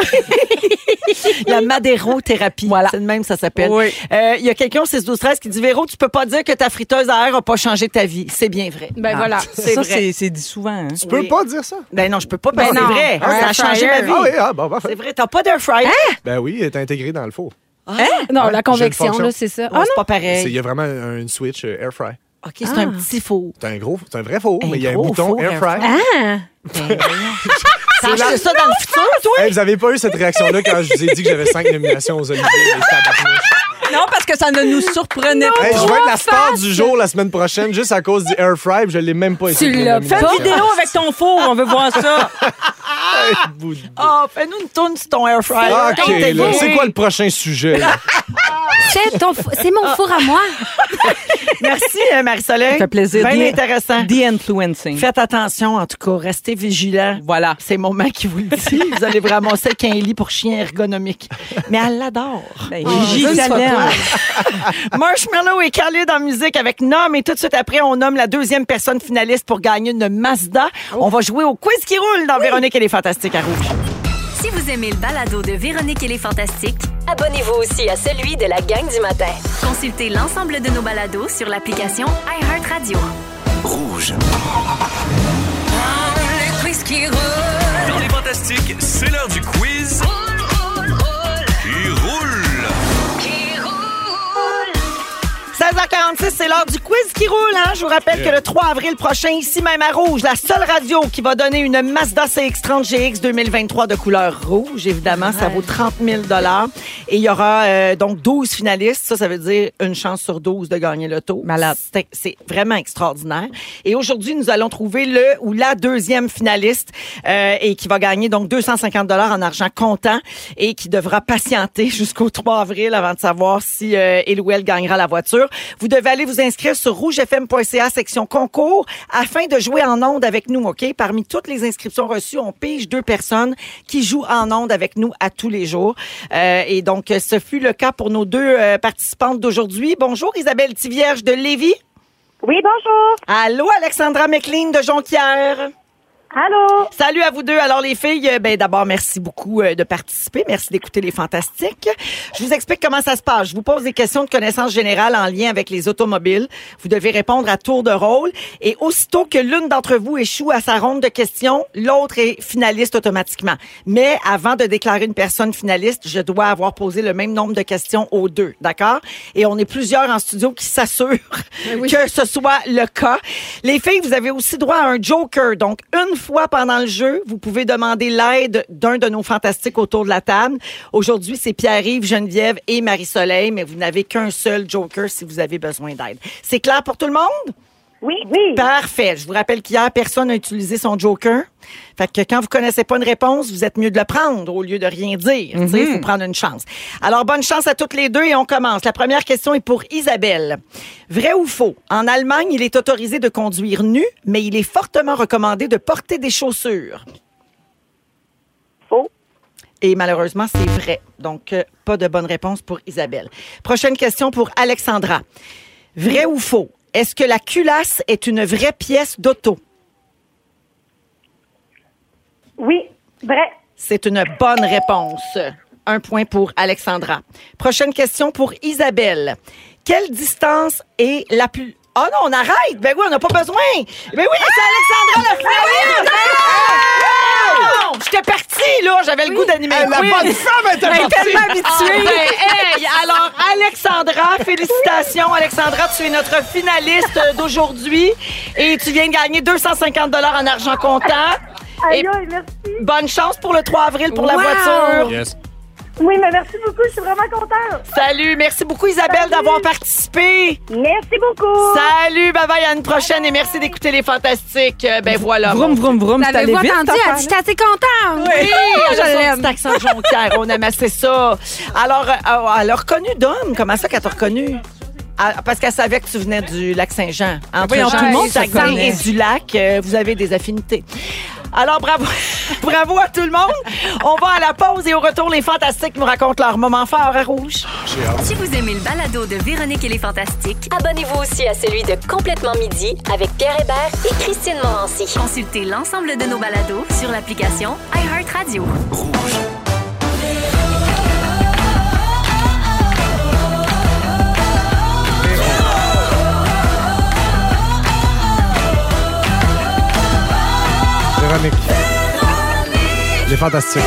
la madérothérapie. C'est le même, ça s'appelle. Euh,
Oui.
Il y a quelqu'un au 6-12-13 qui dit Véro, tu peux pas dire que ta friteuse à air a pas changé ta vie. C'est bien vrai.
Ben voilà.
C'est
ça,
vrai.
c'est- c'est dit souvent. hein.
Tu peux pas dire ça?
Ben non, je peux pas, parce que
Ben
c'est
non.
vrai. hein,
Ah,
ça a
air
changé ma
fryer.
vie.
Ah oui, ah, bon, parfait.
C'est vrai, t'as pas d'air fryer.
Ben oui, il est intégré dans le four.
Non,
Ouais, j'ai
la
une
convection,
fonction.
là, c'est ça.
Ah, c'est pas pareil.
C'est- Il y a vraiment une switch euh, air fry.
OK, c'est un petit four.
C'est un gros, c'est un vrai four,
Un
mais il y a un
gros
bouton
four
air
air
fry.
T'as acheté ça dans le futur, toi?
Hey, vous avez pas eu cette réaction-là quand je vous ai dit que j'avais cinq nominations aux Olivier. les tabarnouches.
Non, parce que ça ne nous surprenait pas.
Hey, je vais être la star du jour la semaine prochaine juste à cause du air fry, puis je l'ai même pas essayé.
l'as
Fais une vidéo avec ton four, on veut voir ça.
Ah, fais-nous une tourne sur ton air fryer.
OK,
Ah, T'es
là,
gay.
c'est quoi le prochain sujet? là?
C'est ton fou- c'est mon four à moi.
Merci, euh, Marie-Soleil.
Ça fait plaisir.
Bien
The-
intéressant.
The influencing.
Faites attention, en tout cas. Restez vigilants.
Voilà.
C'est Maman qui vous le dit. Vous allez vous ramasser avec un lit pour chien ergonomique. Mais elle l'adore.
Ben,
Oh,
Gigi,
je
ça
ne sais
l'aime.
pas. Marshmallow et Khalid en musique avec Nom. Et tout de suite après, on nomme la deuxième personne finaliste pour gagner une Mazda. On va jouer au quiz qui roule dans Véronique et les Fantastiques à Rouge.
Si vous aimez le balado de Véronique et les Fantastiques,
Abonnez-vous aussi à celui de la gang du matin.
consultez l'ensemble de nos balados sur l'application iHeartRadio.
Rouge.
Le quiz qui roule.
Dans les fantastiques, c'est l'heure du quiz. Qui roule.
16h46, c'est l'heure du quiz qui roule. Hein? Je vous rappelle que le 3 avril prochain, ici même à Rouge, la seule radio qui va donner une Mazda CX-30 GX 2023 de couleur rouge, évidemment, ça vaut 30 000 Et il y aura euh, donc 12 finalistes. Ça, ça veut dire une chance sur 12 de gagner le taux.
Malade.
C'est- C'est vraiment extraordinaire. Et aujourd'hui, nous allons trouver le ou la deuxième finaliste euh, et qui va gagner donc 250 dollars en argent comptant et qui devra patienter jusqu'au 3 avril avant de savoir si euh, il ou elle gagnera la voiture. Vous devez aller vous inscrire sur rougefm.ca section concours afin de jouer en onde avec nous, OK? Parmi toutes les inscriptions reçues, on pige deux personnes qui jouent en onde avec nous à tous les jours. Euh, et donc, ce fut le cas pour nos deux euh, participantes d'aujourd'hui. Bonjour Isabelle Tivierge de Lévis.
Oui, bonjour.
Allô, Alexandra McLean de Jonquière.
Allô.
Salut à vous deux. Alors, les filles, euh, ben, d'abord, merci beaucoup euh, de participer. Merci d'écouter les fantastiques. Je vous explique comment ça se passe. Je vous pose des questions de connaissance générale en lien avec les automobiles. Vous devez répondre à tour de rôle. Et aussitôt que l'une d'entre vous échoue à sa ronde de questions, l'autre est finaliste automatiquement. Mais avant de déclarer une personne finaliste, je dois avoir posé le même nombre de questions aux deux. D'accord? Et on est plusieurs en studio qui s'assurent que ce soit le cas. Les filles, vous avez aussi droit à un joker. Donc, une fois pendant le jeu, vous pouvez demander l'aide d'un de nos fantastiques autour de la table. Aujourd'hui, c'est Pierre-Yves, Geneviève et Marie-Soleil, mais vous n'avez qu'un seul joker si vous avez besoin d'aide. C'est clair pour tout le monde?
Oui, oui.
Parfait. Je vous rappelle qu'hier, personne n'a utilisé son joker. Fait que quand vous connaissez pas une réponse, vous êtes mieux de le prendre au lieu de rien dire. Tu sais,
Mhm.
Il faut prendre une chance. Alors, bonne chance à toutes les deux et on commence. La première question est pour Isabelle. Vrai ou faux? En Allemagne, il est autorisé de conduire nu, mais il est fortement recommandé de porter des chaussures.
Faux.
Et malheureusement, c'est vrai. Donc, euh, pas de bonne réponse pour Isabelle. Prochaine question pour Alexandra. Vrai ou faux? Est-ce que la culasse est une vraie pièce d'auto?
Oui, vrai.
C'est une bonne réponse. Un point pour Alexandra. Prochaine question pour Isabelle. Quelle distance est la plus... Oh non, on arrête! Ben oui, on n'a pas besoin! Ben oui, c'est Alexandra Ah, la flamme! Non! J'étais partie, là! J'avais le goût d'animer
Hey, Ah, la
le quiz.
bonne femme était
Elle est
partie.
tellement habituée! Ben, hey, alors, Alexandra, félicitations. Alexandra, tu es notre finaliste d'aujourd'hui et tu viens de gagner 250 en argent comptant. Et
Aïe, aïe, merci.
bonne chance pour le 3 avril pour la
Wow.
voiture.
Yes.
Oui, mais merci beaucoup. Je suis vraiment contente.
Salut, merci beaucoup Isabelle
Salut.
d'avoir participé.
Merci beaucoup.
Salut, bye bye à une prochaine et merci d'écouter les fantastiques. Euh, Ben voilà.
Vroom, vroom, vroom, c'est allé
L'avez-vous
vite.
entendu?
cette
Elle
affaire-là.
dit, J'étais assez contente.
Oui,
Ah,
elle a
je
son
l'aime.
petit accent de Jonquière, on aime assez ça. Alors, euh, euh, elle a reconnu Dom, comment ça qu'elle t'a reconnu? Ah, Parce qu'elle savait que tu venais du lac Saint-Jean. Entre
Ben voyons,
Jean
tout le monde
du
se
Saguenay
connaît.
et du lac, euh, vous avez des affinités. Alors, bravo, bravo à tout le monde. On va à la pause et au retour, les fantastiques nous racontent leur moment fort à rouge.
Si vous aimez le balado de Véronique et les Fantastiques,
Abonnez-vous aussi à celui de Complètement Midi avec Pierre Hébert et Christine Morancy.
consultez l'ensemble de nos balados sur l'application iHeartRadio.
Véronique. Les fantastiques.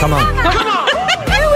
Comment?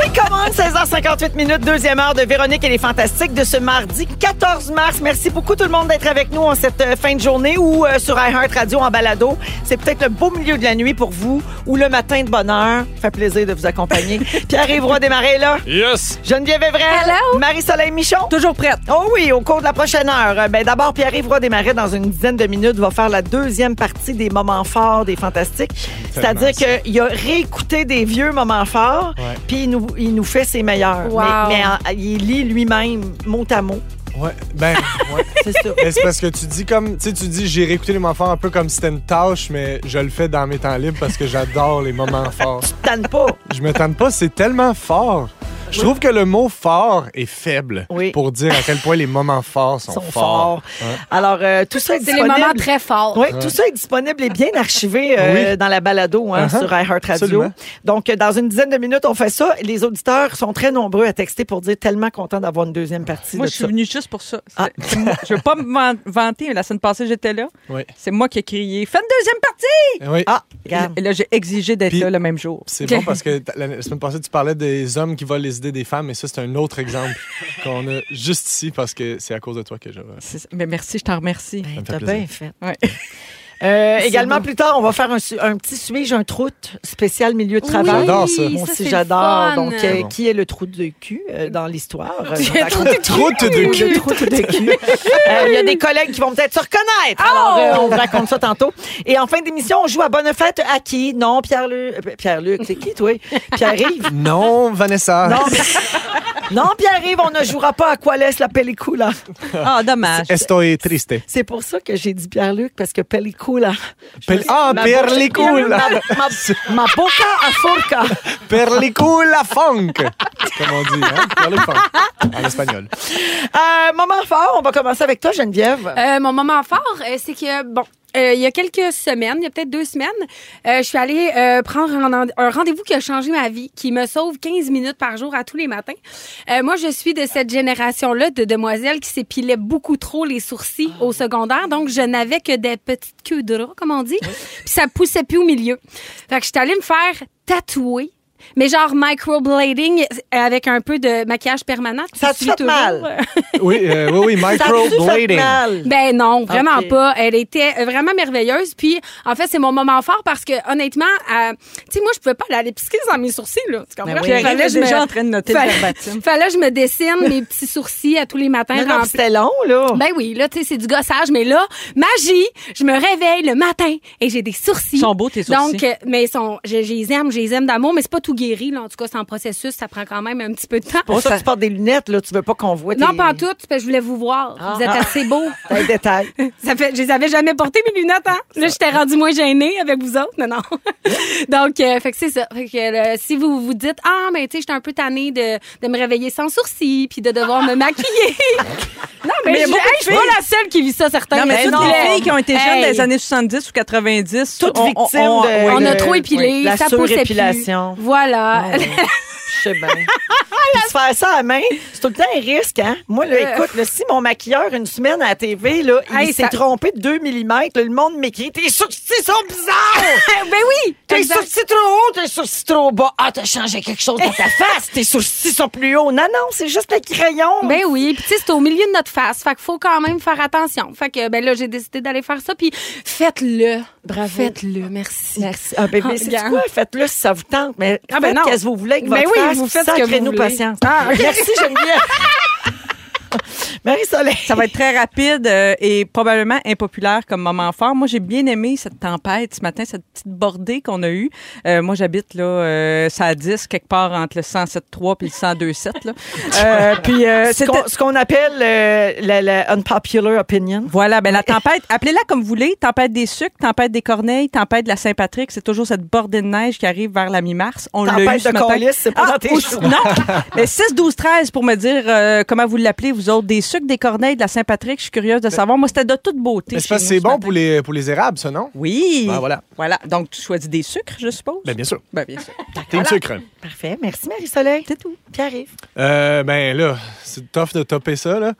Oui, commande 16h58 minutes, deuxième heure de Véronique et les Fantastiques de ce mardi 14 mars. Merci beaucoup tout le monde d'être avec nous en cette euh, fin de journée ou euh, sur iHeart Radio en balado. C'est peut-être le beau milieu de la nuit pour vous ou le matin de bonne heure. Fait plaisir de vous accompagner. Pierre-Yves Roy Desmarais est là.
Yes!
Geneviève Evrel.
Hello.
Marie-Soleil Michon.
Toujours prête.
Oh oui, au cours de la prochaine heure. Euh, Ben d'abord, Pierre-Yves Roy Desmarais, dans une dizaine de minutes, va faire la deuxième partie des moments forts des Fantastiques. C'est-à-dire qu'il a réécouté des vieux moments forts,
Ouais.
puis il nous, il nous fait ses meilleurs.
Wow.
Mais, mais en- il lit lui-même mot à mot.
Ouais, ben, ouais.
C'est ça.
Mais c'est parce que tu dis comme. Tu sais, tu dis, j'ai réécouté les moments forts un peu comme si c'était une tâche, mais je le fais dans mes temps libres parce que j'adore les moments forts.
Tanne pas.
Je me tente pas, c'est tellement fort. Je trouve que le mot fort est faible
Oui.
pour dire à quel point les moments forts sont,
Ils sont forts. Alors, euh, tout ça est
C'est les
disponible.
moments très forts.
Oui, tout ça est disponible et bien archivé euh,
Oui.
dans la balado hein,
Uh-huh.
sur iHeartRadio.
Absolument.
Donc, euh, dans une dizaine de minutes, on fait ça. Les auditeurs sont très nombreux à texter pour dire tellement content d'avoir une deuxième partie
Moi,
de
je suis
ça.
venue juste pour ça. C'est-
Ah.
c'est moi- Je veux pas me van- vanter, mais la semaine passée, j'étais là.
Oui.
C'est moi qui ai crié « Fais une deuxième partie!
Eh Oui.
Ah, regarde.
Et là, j'ai exigé d'être
Puis-
là le même jour.
C'est bon parce que t- la la semaine passée, tu parlais des hommes qui volent les idées des femmes, et ça, c'est un autre exemple qu'on a juste ici parce que c'est à cause de toi que je.
C'est ça. Mais merci, je t'en remercie.
Ben,
me fait
t'as
plaisir.
bien fait.
Ouais.
Euh, également, plus tard, on va faire un, su- un petit sujet, un troute spécial milieu de travail.
J'adore ça.
Moi
ça,
aussi,
c'est
j'adore.
le fun.
Donc, euh,
C'est bon.
qui est le trou de cul euh, dans l'histoire? Euh,
Tu
dans
es
la-
trop de
Trop de
Le trou de cul. Euh, Il y a des collègues qui vont peut-être se reconnaître. Alors, euh, on vous raconte ça tantôt. Et en fin d'émission, on joue à Bonne Fête à qui? Non, Pierre-Luc. euh, Pierre-Luc, c'est qui, toi? Pierre-Yves?
Non, Vanessa.
Non, mais- non Pierre-Yves, on ne jouera pas à quoi laisse la pellicula.
Ah, dommage.
Estoy triste.
C'est pour ça que j'ai dit Pierre-Luc, parce que pellicula.
Pel- ah,
Ma bouche-
perlicula.
Ma, ma, ma boca a forca.
Perlicula funk, comme on dit, hein? Perlicula funk, en espagnol.
Euh, moment fort, on va commencer avec toi, Geneviève.
Euh, mon moment fort, euh, c'est que, bon, euh, il y a quelques semaines, il y a peut-être deux semaines, euh, je suis allée euh, prendre un, un rendez-vous qui a changé ma vie, qui me sauve 15 minutes par jour à tous les matins. Euh, moi, je suis de cette génération-là de demoiselles qui s'épilaient beaucoup trop les sourcils au secondaire, donc je n'avais que des petites queues de rat, comme on dit, puis ça poussait plus au milieu. Fait que je suis allée me faire tatouer Mais genre microblading euh, avec un peu de maquillage permanent. tu
Ça te
suis
fait
toujours?
mal?
Oui, euh, oui, oui, microblading.
Ben non, vraiment
Ok.
pas. Elle était vraiment merveilleuse. Puis, en fait, c'est mon moment fort parce que, honnêtement, euh, tu sais, moi, je pouvais pas aller à l'épicerie sans mes sourcils, là. Tu comprends?
Ben oui.
Pierre,
Fallait
il
que
est
je me-
déjà en train de noter
fallait-
le verbatim.
Fallait que je me dessine mes petits sourcils à tous les matins.
Non, non,
remplis-
puis c'était long, là.
Ben oui, là, tu sais, c'est du gossage, mais là, magie, je me réveille le matin et j'ai des sourcils.
Ils sont beaux, tes sourcils.
Donc, euh, mais ils sont, je, je les aime, je les aime d'amour, mais c'est pas tout guéri, là. En tout cas, c'est en processus, ça prend quand même un petit peu de temps.
Pour ça, tu portes des lunettes, là. Tu veux pas qu'on voit tes...
Non, pas en tout, parce que je voulais vous voir. Vous êtes
Ah.
assez beaux.
Des détails.
Ça fait, je les avais jamais portées, mes lunettes, hein? Là, j'étais rendue moins gênée avec vous autres. Non, non. Donc, euh, fait que c'est ça. Fait que, euh, si vous vous dites, ah, mais tu sais, j'étais un peu tannée de, de me réveiller sans sourcils puis de devoir me maquiller. non,
Mais
mais,
il y a
je,
beaucoup
hey,
de
je suis pas
filles.
la seule qui vit ça, certains.
Non,
Ben
mais toutes
non.
les filles qui ont été jeunes
Hey.
dans les années 70 ou 90,
Toutes
on- on-
victimes
on-
de...
oui. Oh.
On a
de-
trop épilé,
oui, La
ça poussait plus.
surépilation.
Voilà.
Ouais, ouais. Je sais bien. Puis se faire ça à main, c'est tout le temps un risque, hein? Moi, là, écoute, là, si mon maquilleur, une semaine à la TV, là, il
Euh. Hey,
s'est
ça-
trompé de 2 mm, le monde m'écrit Tes sourcils sont bizarres!
ben oui!
Tes
exact.
sourcils trop hauts, tes sourcils trop bas. Ah, t'as changé quelque chose dans ta face, tes sourcils sont plus hauts. Non, non, c'est juste le crayon.
Ben oui, puis tu sais, c'est au milieu de notre face, fait qu'il faut quand même faire attention. Fait que ben là, j'ai décidé d'aller faire ça, puis faites-le.
Bravo.
Faites-le, merci.
Merci. Ah, ben,
Ah,
ben, c'est
regarde.
quoi? Faites-le si ça vous tente, mais
Ah, ben
faites
non.
qu'est-ce que vous voulez avec
Ben
votre
oui,
face,
vous
puis
faites ce que vous
sacrez-nous
voulez.
patience.
Ah,
Merci, Geneviève. Marie-Soleil.
Ça va être très rapide euh, et probablement impopulaire comme moment fort. Moi, j'ai bien aimé cette tempête ce matin, cette petite bordée qu'on a eue. Euh, moi, j'habite là, euh, ça à 10, quelque part entre le 107.3 puis le 102.7. là. Euh, puis euh,
ce
c'était-
qu'on- ce qu'on appelle euh, la, la unpopular opinion.
Voilà, ben la tempête, appelez-la comme vous voulez, tempête des sucres, tempête des corneilles, tempête de la Saint-Patrick, c'est toujours cette bordée de neige qui arrive vers la mi-mars. On l'a eu
Tempête
ce
de
matin.
colis, c'est pas
Ah,
dans tes
aussi-
choix.
Non, mais 6, 12, 13 pour me dire euh, comment vous l'appelez, vous autres, des sucres, des corneilles, de la Saint-Patrick, je suis curieuse de savoir. Moi, c'était de toute beauté.
Mais c'est
chez
parce que
nous
c'est
ce
bon
matin.
pour les, pour les érables, ça, non?
Oui.
Ben, voilà.
Voilà. Donc, tu choisis des sucres, je suppose?
Ben, bien sûr.
Ben, bien sûr.
T'es une sucre.
Parfait. Merci, Marie-Soleil. C'est tout. Pierre-Yves.
Euh, ben là, c'est tough de topper ça, là.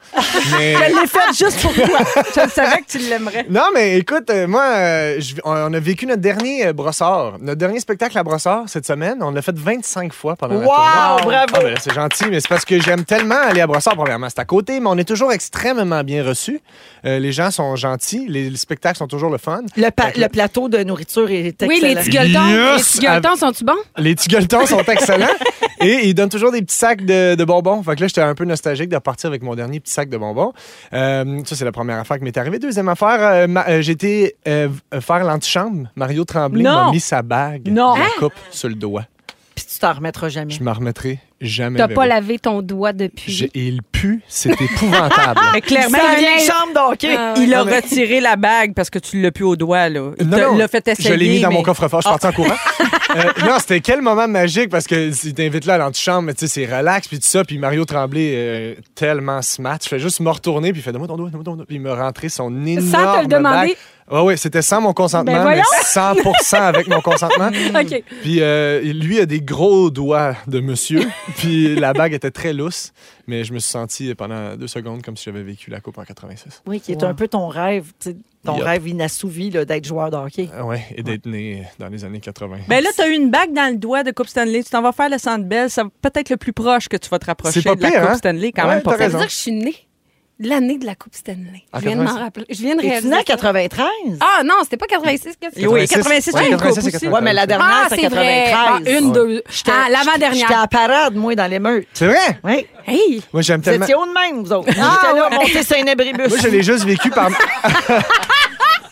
Mais...
Je l'ai fait juste pour toi. Ah! je le savais que tu l'aimerais.
Non, mais écoute, euh, moi, euh, je- on, on a vécu notre dernier euh, brossard, notre dernier spectacle à brossard cette semaine. On l'a fait 25 fois pendant la
Wow,
tournée.
bravo!
Ah, ben, c'est gentil, mais c'est parce que j'aime tellement aller à brossard, premièrement. C'est à côté, mais on est toujours extrêmement bien reçus. Euh, les gens sont gentils, les, les spectacles sont toujours le fun.
Le, pa-
Fait que-
le plateau de nourriture est
Oui, les
excellent.
petits gueuletons, les
Yes!
petits gueuletons sont-tu bons?
Les petits gueuletons sont excellents et ils donnent toujours des petits sacs de, de bonbons. Fait que là, j'étais un peu nostalgique de partir avec mon dernier petit sac de bonbons. Euh, ça, c'est la première affaire qui m'est arrivée. Deuxième affaire, euh, ma- euh, j'ai été euh, v- faire l'antichambre. Mario Tremblay
Non.
m'a mis sa bague,
Non.
la coupe sur le doigt.
Hein? Puis tu t'en remettras jamais.
Je m'en remettrai jamais.
T'as
Véro.
pas lavé ton doigt depuis.
J'ai- Il pue, c'est épouvantable.
Mais clairement,
Ça
il-
vient de chambre d'hockey.
Ah,
il a retiré la bague parce que tu l'as plus au doigt, là. Il
Non,
te
non,
l'a fait essayer.
Je l'ai mis dans
mais-
mon coffre-fort, je suis parti en courant. Euh, non, c'était quel moment magique parce que tu t'invites là à l'antichambre, mais tu sais, c'est relax, puis tout ça, puis Mario Tremblay, euh, tellement smart. Je fais juste me retourner, puis il fait Donne-moi ton doigt, donne-moi ton doigt, puis il me rentrait son énorme.
te le demander?
bague. Ouais, ouais, c'était sans mon consentement,
Ben
mais
voyons!
100% avec mon consentement.
OK.
Puis euh, lui a des gros doigts de monsieur, puis la bague était très lousse, mais je me suis senti pendant deux secondes comme si j'avais vécu la coupe en 86.
Oui, qui est un peu ton rêve, tu sais, ton
Yep.
rêve inassouvi là, d'être joueur de hockey.
Ah Ouais, et d'être né dans les années 80.
Ben là, t'as eu une bague dans le doigt de Coupe Stanley. Tu t'en vas faire le Centre Bell. Ça va peut-être le plus proche que tu vas te rapprocher
C'est pas
de la
pire,
Coupe
hein?
Stanley, quand
Ouais,
même. Pas
t'as
Ça
pire.
veut
raison.
dire que je suis née l'année de la Coupe Stanley.
Ah,
je viens de m'en
86.
rappeler. Je viens de
Es-tu
réaliser.
né en
ça.
93?
Ah non, c'était pas 86. qu'est-ce que-
Oui, 86,
Ouais,
c'est une coupe
86, c'est
aussi.
Ouais, mais la dernière,
Ah,
c'est
c'est vrai.
93.
Ah, une, deux. Ah,
J'étais à
l'avant-dernière.
la parade, moi, dans l'émeute.
C'est vrai!
Oui.
Hey!
Moi, j'aime
Vous
tellement.
étiez haut de même, vous autres. J'étais là, monté sur un abribus.
Ah, Moi, je l'ai juste vécu par.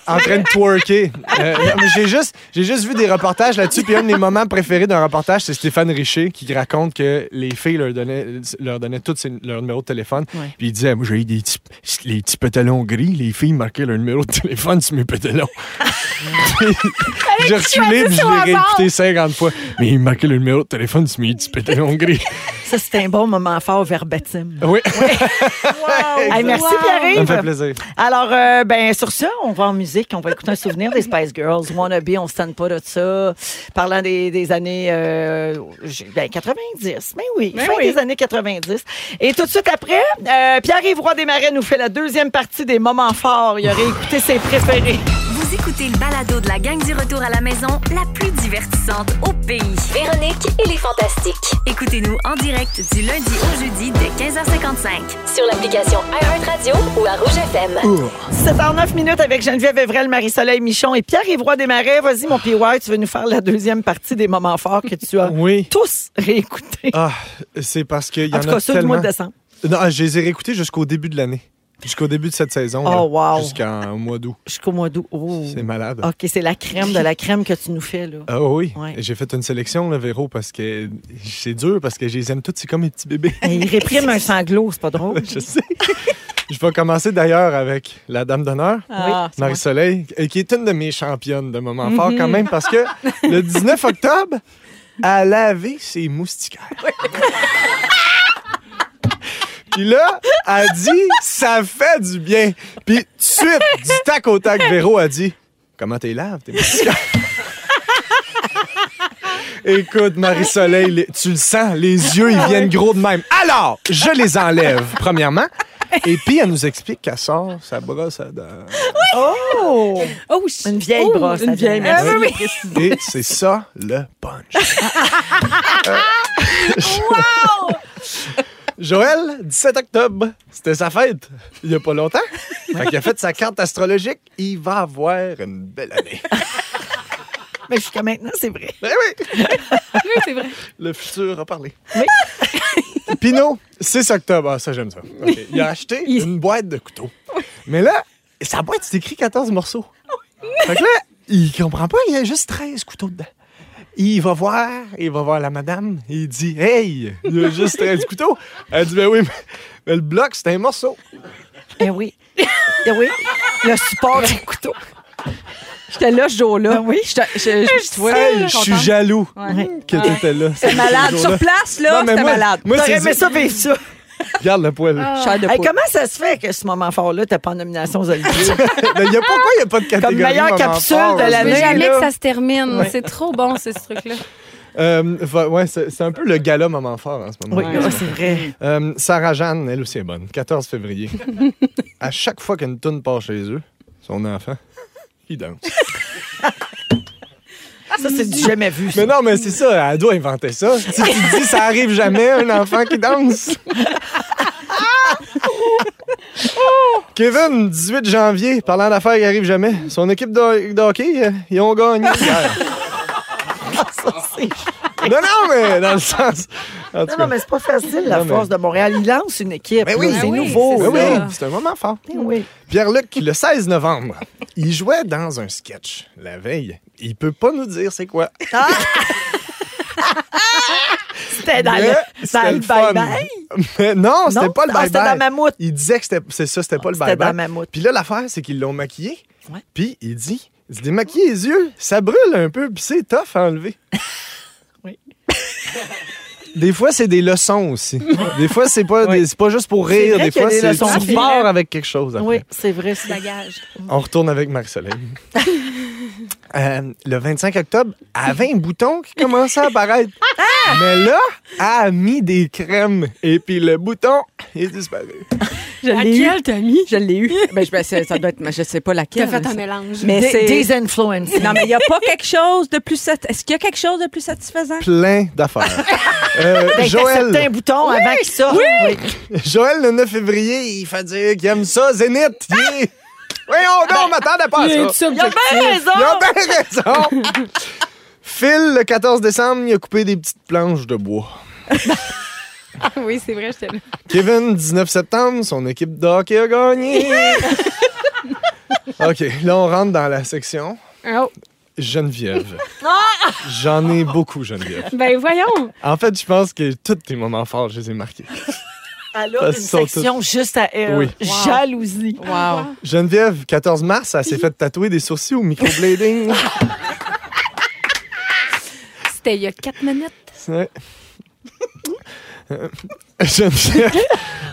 en train de twerker. Euh, non, mais j'ai juste, j'ai juste vu des reportages là-dessus. Puis un de mes moments préférés d'un reportage, c'est Stéphane Richer qui raconte que les filles leur donnaient, leur donnaient tous ses- leurs numéros de téléphone.
Ouais.
Puis il disait, moi, j'ai eu des petits, les petits pétalons gris. Les filles marquaient leur numéro de téléphone sur mes pétalons. j'ai reculé puis je l'ai réécouté 50 fois. Mais ils marquaient leur numéro de téléphone sur mes petits pétalons gris.
Ça, c'était un bon moment fort verbatim.
Oui,
Hey, merci,
Oh, ça me fait
Pierre-Yves.
plaisir.
Alors, euh, ben, sur ça, on va en musique. On va écouter un souvenir des Spice Girls. Wannabe, on ne se tanne pas de ça. Parlant des, des années euh, j'ai- ben, 90. Mais oui, fin des années 90. Et tout de suite après, euh, Pierre-Yves Roy Desmarais nous fait la deuxième partie des moments forts. Il aurait écouté ses préférés.
Vous écoutez Écoutez le balado de la gang du retour à la maison, la plus divertissante au pays. Véronique et les Fantastiques. Écoutez-nous en direct du lundi au jeudi dès 15h55 sur l'application iHeartRadio ou à Rouge FM.
7h09 minutes avec Geneviève Evrel, Marie-Soleil Michon et Pierre-Yvroy Desmarais. Vas-y, mon PY, tu veux nous faire la deuxième partie des moments forts que tu as tous réécoutés.
Ah, c'est parce qu'il y
En
en,
tout cas,
a
ceux du
tellement.
mois de décembre.
Non, ah, je les ai réécoutés jusqu'au début de l'année. Jusqu'au début de cette saison.
Oh,
là.
wow.
Jusqu'en au mois d'août.
Jusqu'au mois d'août. Oh.
C'est malade.
OK, c'est la crème de la crème que tu nous fais, là.
Ah oui,
Ouais.
j'ai fait une sélection, là, Véro, parce que c'est dur, parce que je les aime tous, c'est comme mes petits bébés.
Et il réprime un sanglot, c'est pas drôle.
je sais. Je vais commencer d'ailleurs avec la dame d'honneur,
Ah, c'est
Marie-Soleil, euh, qui est une de mes championnes de moments forts quand
Mhm.
même, parce que le 19 octobre, à laver ses moustiquaires. Puis là, elle dit, ça fait du bien. Puis tout de suite, du tac au tac, Véro a dit, comment t'es laves tes moustiquaires? Écoute, Marie-Soleil, les- tu le sens, les yeux, ils viennent gros de même. Alors, je les enlève, premièrement. Et puis, elle nous explique qu'elle sort sa brosse à dents.
Oh! Une vieille
Oh,
brosse.
une
la vieille.
vieille, merci.
Oui.
Et
Ah
c'est ça, le punch. wow! Joël, 17 octobre, c'était sa fête, il n'y a pas longtemps. Fait qu'il a fait sa carte astrologique, il va avoir une belle année.
Mais jusqu'à maintenant, c'est vrai.
Ben oui!
Oui, c'est vrai.
Le futur a parlé. Pinot, 6 octobre. Ah, ça, j'aime ça. Ok. Il a acheté une boîte de couteaux. Mais là, sa boîte, c'est écrit 14 morceaux. Fait que là, il comprend pas, il y a juste 13 couteaux dedans. Il va voir, il va voir la madame, il dit Hey, il y a juste 13 couteaux. Elle dit Ben oui, mais, mais le bloc, c'est un morceau.
Ben oui. Ben oui. Le support du couteau.
J'étais là ce jour-là.
Ben oui.
J'étais- Je, je- tu vois,
Hey,
je
je
suis
suis
contente.
jaloux
Ouais.
que
Ouais.
t'étais là.
C'est malade.
Ce
Sur
jour-là.
place, là,
Non, mais
c'était
moi-
malade.
Moi,
T'aurais
c'est
aimé ça vivre ça.
Regarde le poil.
Chair de
Hey,
poule.
comment ça se fait que ce moment fort-là, t'es pas en nomination aux Olivier?
Ben, il y a, pourquoi il n'y a pas de catégorie
meilleure
moment
capsule
fort,
de
là?
Je veux
l'année,
jamais
là.
que ça se termine. C'est trop bon, ce ce truc-là.
Euh, va- ouais, c'est c'est un peu le gala moment fort en ce moment.
Oui, ah, c'est vrai.
Euh, Sarah Jeanne, elle aussi est bonne. 14 février. à chaque fois qu'une toune part chez eux, son enfant, il danse.
Ça, c'est du jamais vu. ça.
mais non, mais c'est ça, elle doit inventer ça. Tu, tu te dis, ça arrive jamais, un enfant qui danse. Kevin, 18 janvier, parlant d'affaires qui arrivent jamais, son équipe de, de hockey, euh, ils ont gagné hier.
Ça, c'est-
non, non, mais dans le sens. en tout
Non,
cas.
non, mais c'est pas facile, la
Non, mais-
force de Montréal. Il lance une équipe.
Ben
là, c'est
ben
nouveau.
ben
là.
oui, c'est un moment fort.
Ben oui.
Pierre-Luc, le 16 novembre, il jouait dans un sketch la veille. Il peut pas nous dire c'est quoi.
C'était dans
mais
le,
c'était
dans le
le fun.
bye-bye.
Mais non, c'était
Non?
pas le
Ah, c'était
bye-bye.
dans Mammouth.
Il disait que c'était c'est ça, c'était pas le
C'était dans
bye-bye.
Mammouth.
Puis là, l'affaire, c'est qu'ils l'ont maquillé.
Ouais.
Puis il dit, se démaquiller les yeux, ça brûle un peu, puis c'est tough à enlever.
Oui.
Des fois, c'est des leçons aussi. Des fois, c'est pas, des- c'est pas juste pour
C'est
rire.
vrai
Des
qu'il y a
fois,
des
c'est tu
leçons de vie.
repars avec quelque chose. après.
Oui, c'est vrai. c'est-
Bagage.
On retourne avec Marie-Soleil. Euh, le 25 octobre, elle avait un bouton qui commençait à apparaître. Mais là, elle a mis des crèmes et puis le bouton est disparu.
Je l'ai eu. t'as mis? Je l'ai eu. Ben, je, ben, c'est- ça doit être, mais je sais pas
T'as
laquelle.
fait un
mais-
mélange.
Mais
Des,
c'est.
des influencers.
Non, mais il n'y a pas quelque chose de plus. sat- Est-ce qu'il y a quelque chose de plus satisfaisant?
Plein d'affaires. Euh,
Ben, t'acceptais un
Joël,
bouton avant qu'il sorte. Oui.
Joël, le 9 février, il fait dire qu'il aime ça, Zénith. Yeah. Voyons donc, on m'attendait pas à ça.
Il a bien raison.
Il a bien raison. Phil, le 14 décembre, il a coupé des petites planches de bois.
Ah Oui, c'est vrai, je t'aime.
Kevin, 19 septembre, son équipe de hockey a gagné. OK, là, on rentre dans la section
Oh.
Geneviève. J'en ai beaucoup, Geneviève.
Ben voyons.
En fait, je pense que tous tes moments forts, je les ai marqués.
Elle a une
Parce qu'ils sont
section juste à elle.
Oui.
Jalousie.
Wow.
Geneviève, 14 mars, elle s'est fait tatouer des sourcils au microblading.
C'était il y a quatre minutes.
Ouais. Euh, Geneviève,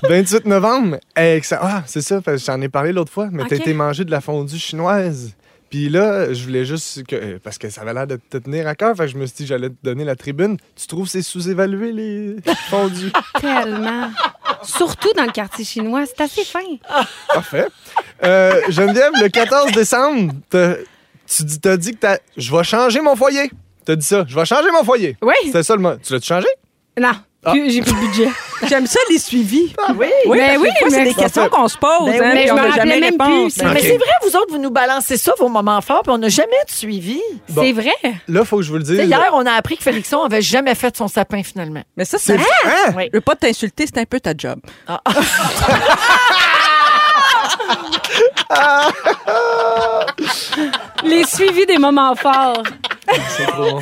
28 novembre, elle- ah, c'est ça, parce que j'en ai parlé l'autre fois, mais
Ok.
t'as été manger de la fondue chinoise. Puis là, je voulais juste que. euh, Parce que ça avait l'air de te tenir à cœur, fait que je me suis dit, j'allais te donner la tribune. Tu trouves c'est sous-évalué, les fondues?
Tellement. Surtout dans le quartier chinois. C'est assez fin.
Parfait. Euh, Geneviève, le 14 décembre, t'as Tu dis- t'as dit que t'as- je vais changer mon foyer. T'as dit ça. Je vais changer mon foyer.
Oui.
C'était ça le mot. Tu l'as-tu changé?
Non.
Ah.
plus- J'ai plus de budget.
J'aime ça, les suivis.
oui.
Oui, parce
Ben
que
oui,
des fois, c'est
mais-
des questions qu'on se pose,
Ben
hein,
oui,
puis
je
on
me
n'a
rappelais
jamais
même
réponse.
plus.
Mais
Ok.
c'est vrai, vous autres, vous nous balancez ça, vos moments forts, puis on n'a jamais de suivi.
Bon.
C'est vrai.
Là, faut que je vous le dise.
Tu sais, hier, on a appris que Félixon avait jamais fait son sapin, finalement.
Mais ça, c'est.
C'est Hein?
Oui.
Je veux pas t'insulter, c'est un peu ta job.
Les suivis des moments forts.
C'est trop bon.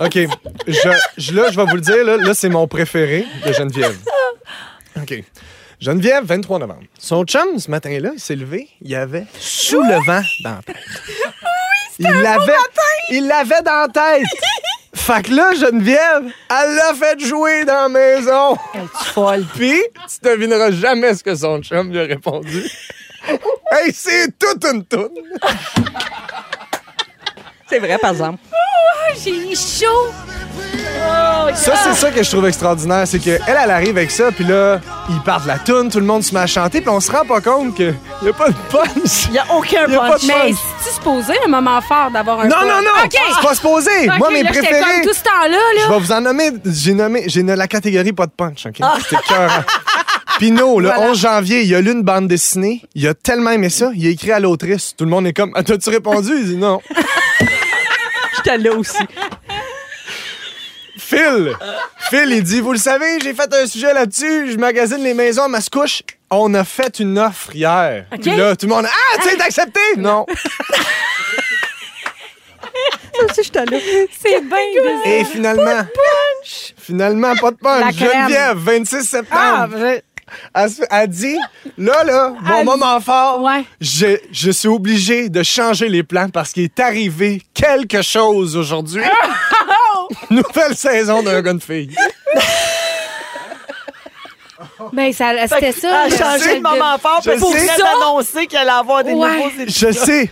OK. Je, je- là, je vais vous le dire. Là, là, c'est mon préféré de Geneviève. OK. Geneviève, 23 novembre. Son chum, ce matin-là, il s'est levé. Il avait sous le vent dans la tête. Oui, il l'avait, Il l'avait dans la tête. Fait que là, Geneviève, elle l'a fait jouer dans la maison.
Elle est folle.
Puis, tu devineras jamais ce que son chum lui a répondu. hey, c'est toute une toune.
C'est vrai, par exemple.
J'ai eu chaud.
Ça, c'est ça que je trouve extraordinaire, c'est qu'elle, elle arrive avec ça, puis là, ils partent la toune, tout le monde se met à chanter, puis on se rend pas compte qu'il n'y a pas de punch.
Il n'y a aucun
Il y a pas
punch.
de
Mais
punch.
c'est-tu supposé un moment fort d'avoir un
Non,
point?
non, non!
OK.
C'est pas supposé!
Ok,
Moi, mes
là, j'étais
préférés,
comme tout ce temps-là,
je
là.
vais vous en nommer, j'ai nommé, j'ai nommé la catégorie pas de punch, OK?
Ah.
C'était cœur. Pino, le 11 janvier, il a lu une bande dessinée, il a tellement aimé ça, il a écrit à l'autrice. Tout le monde est comme, Ah, t'as-tu répondu? Il dit non.
J'étais là aussi.
Phil! Phil, il dit, vous le savez, j'ai fait un sujet là-dessus, je magasine les maisons à Mascouche. On a fait une offre hier. Puis là, tout le monde, ah, tu sais, accepté? Non.
Ça aussi, j'étais là.
C'est bien bizarre.
Et finalement, finalement, pas de punch.
La crème.
Geneviève, 26
Ah,
septembre. elle, se- elle dit, là, là, mon moment fort,
Ouais.
je, je suis obligé de changer les plans parce qu'il est arrivé quelque chose aujourd'hui.
Ah!
Nouvelle saison d'un gars de fille.
Ben, ça- c'était ça.
Elle
là.
a changé de moment fort
Je
pour
sais.
qu'elle annoncer qu'elle allait avoir des
Ouais.
nouveaux étudiants.
Je sais,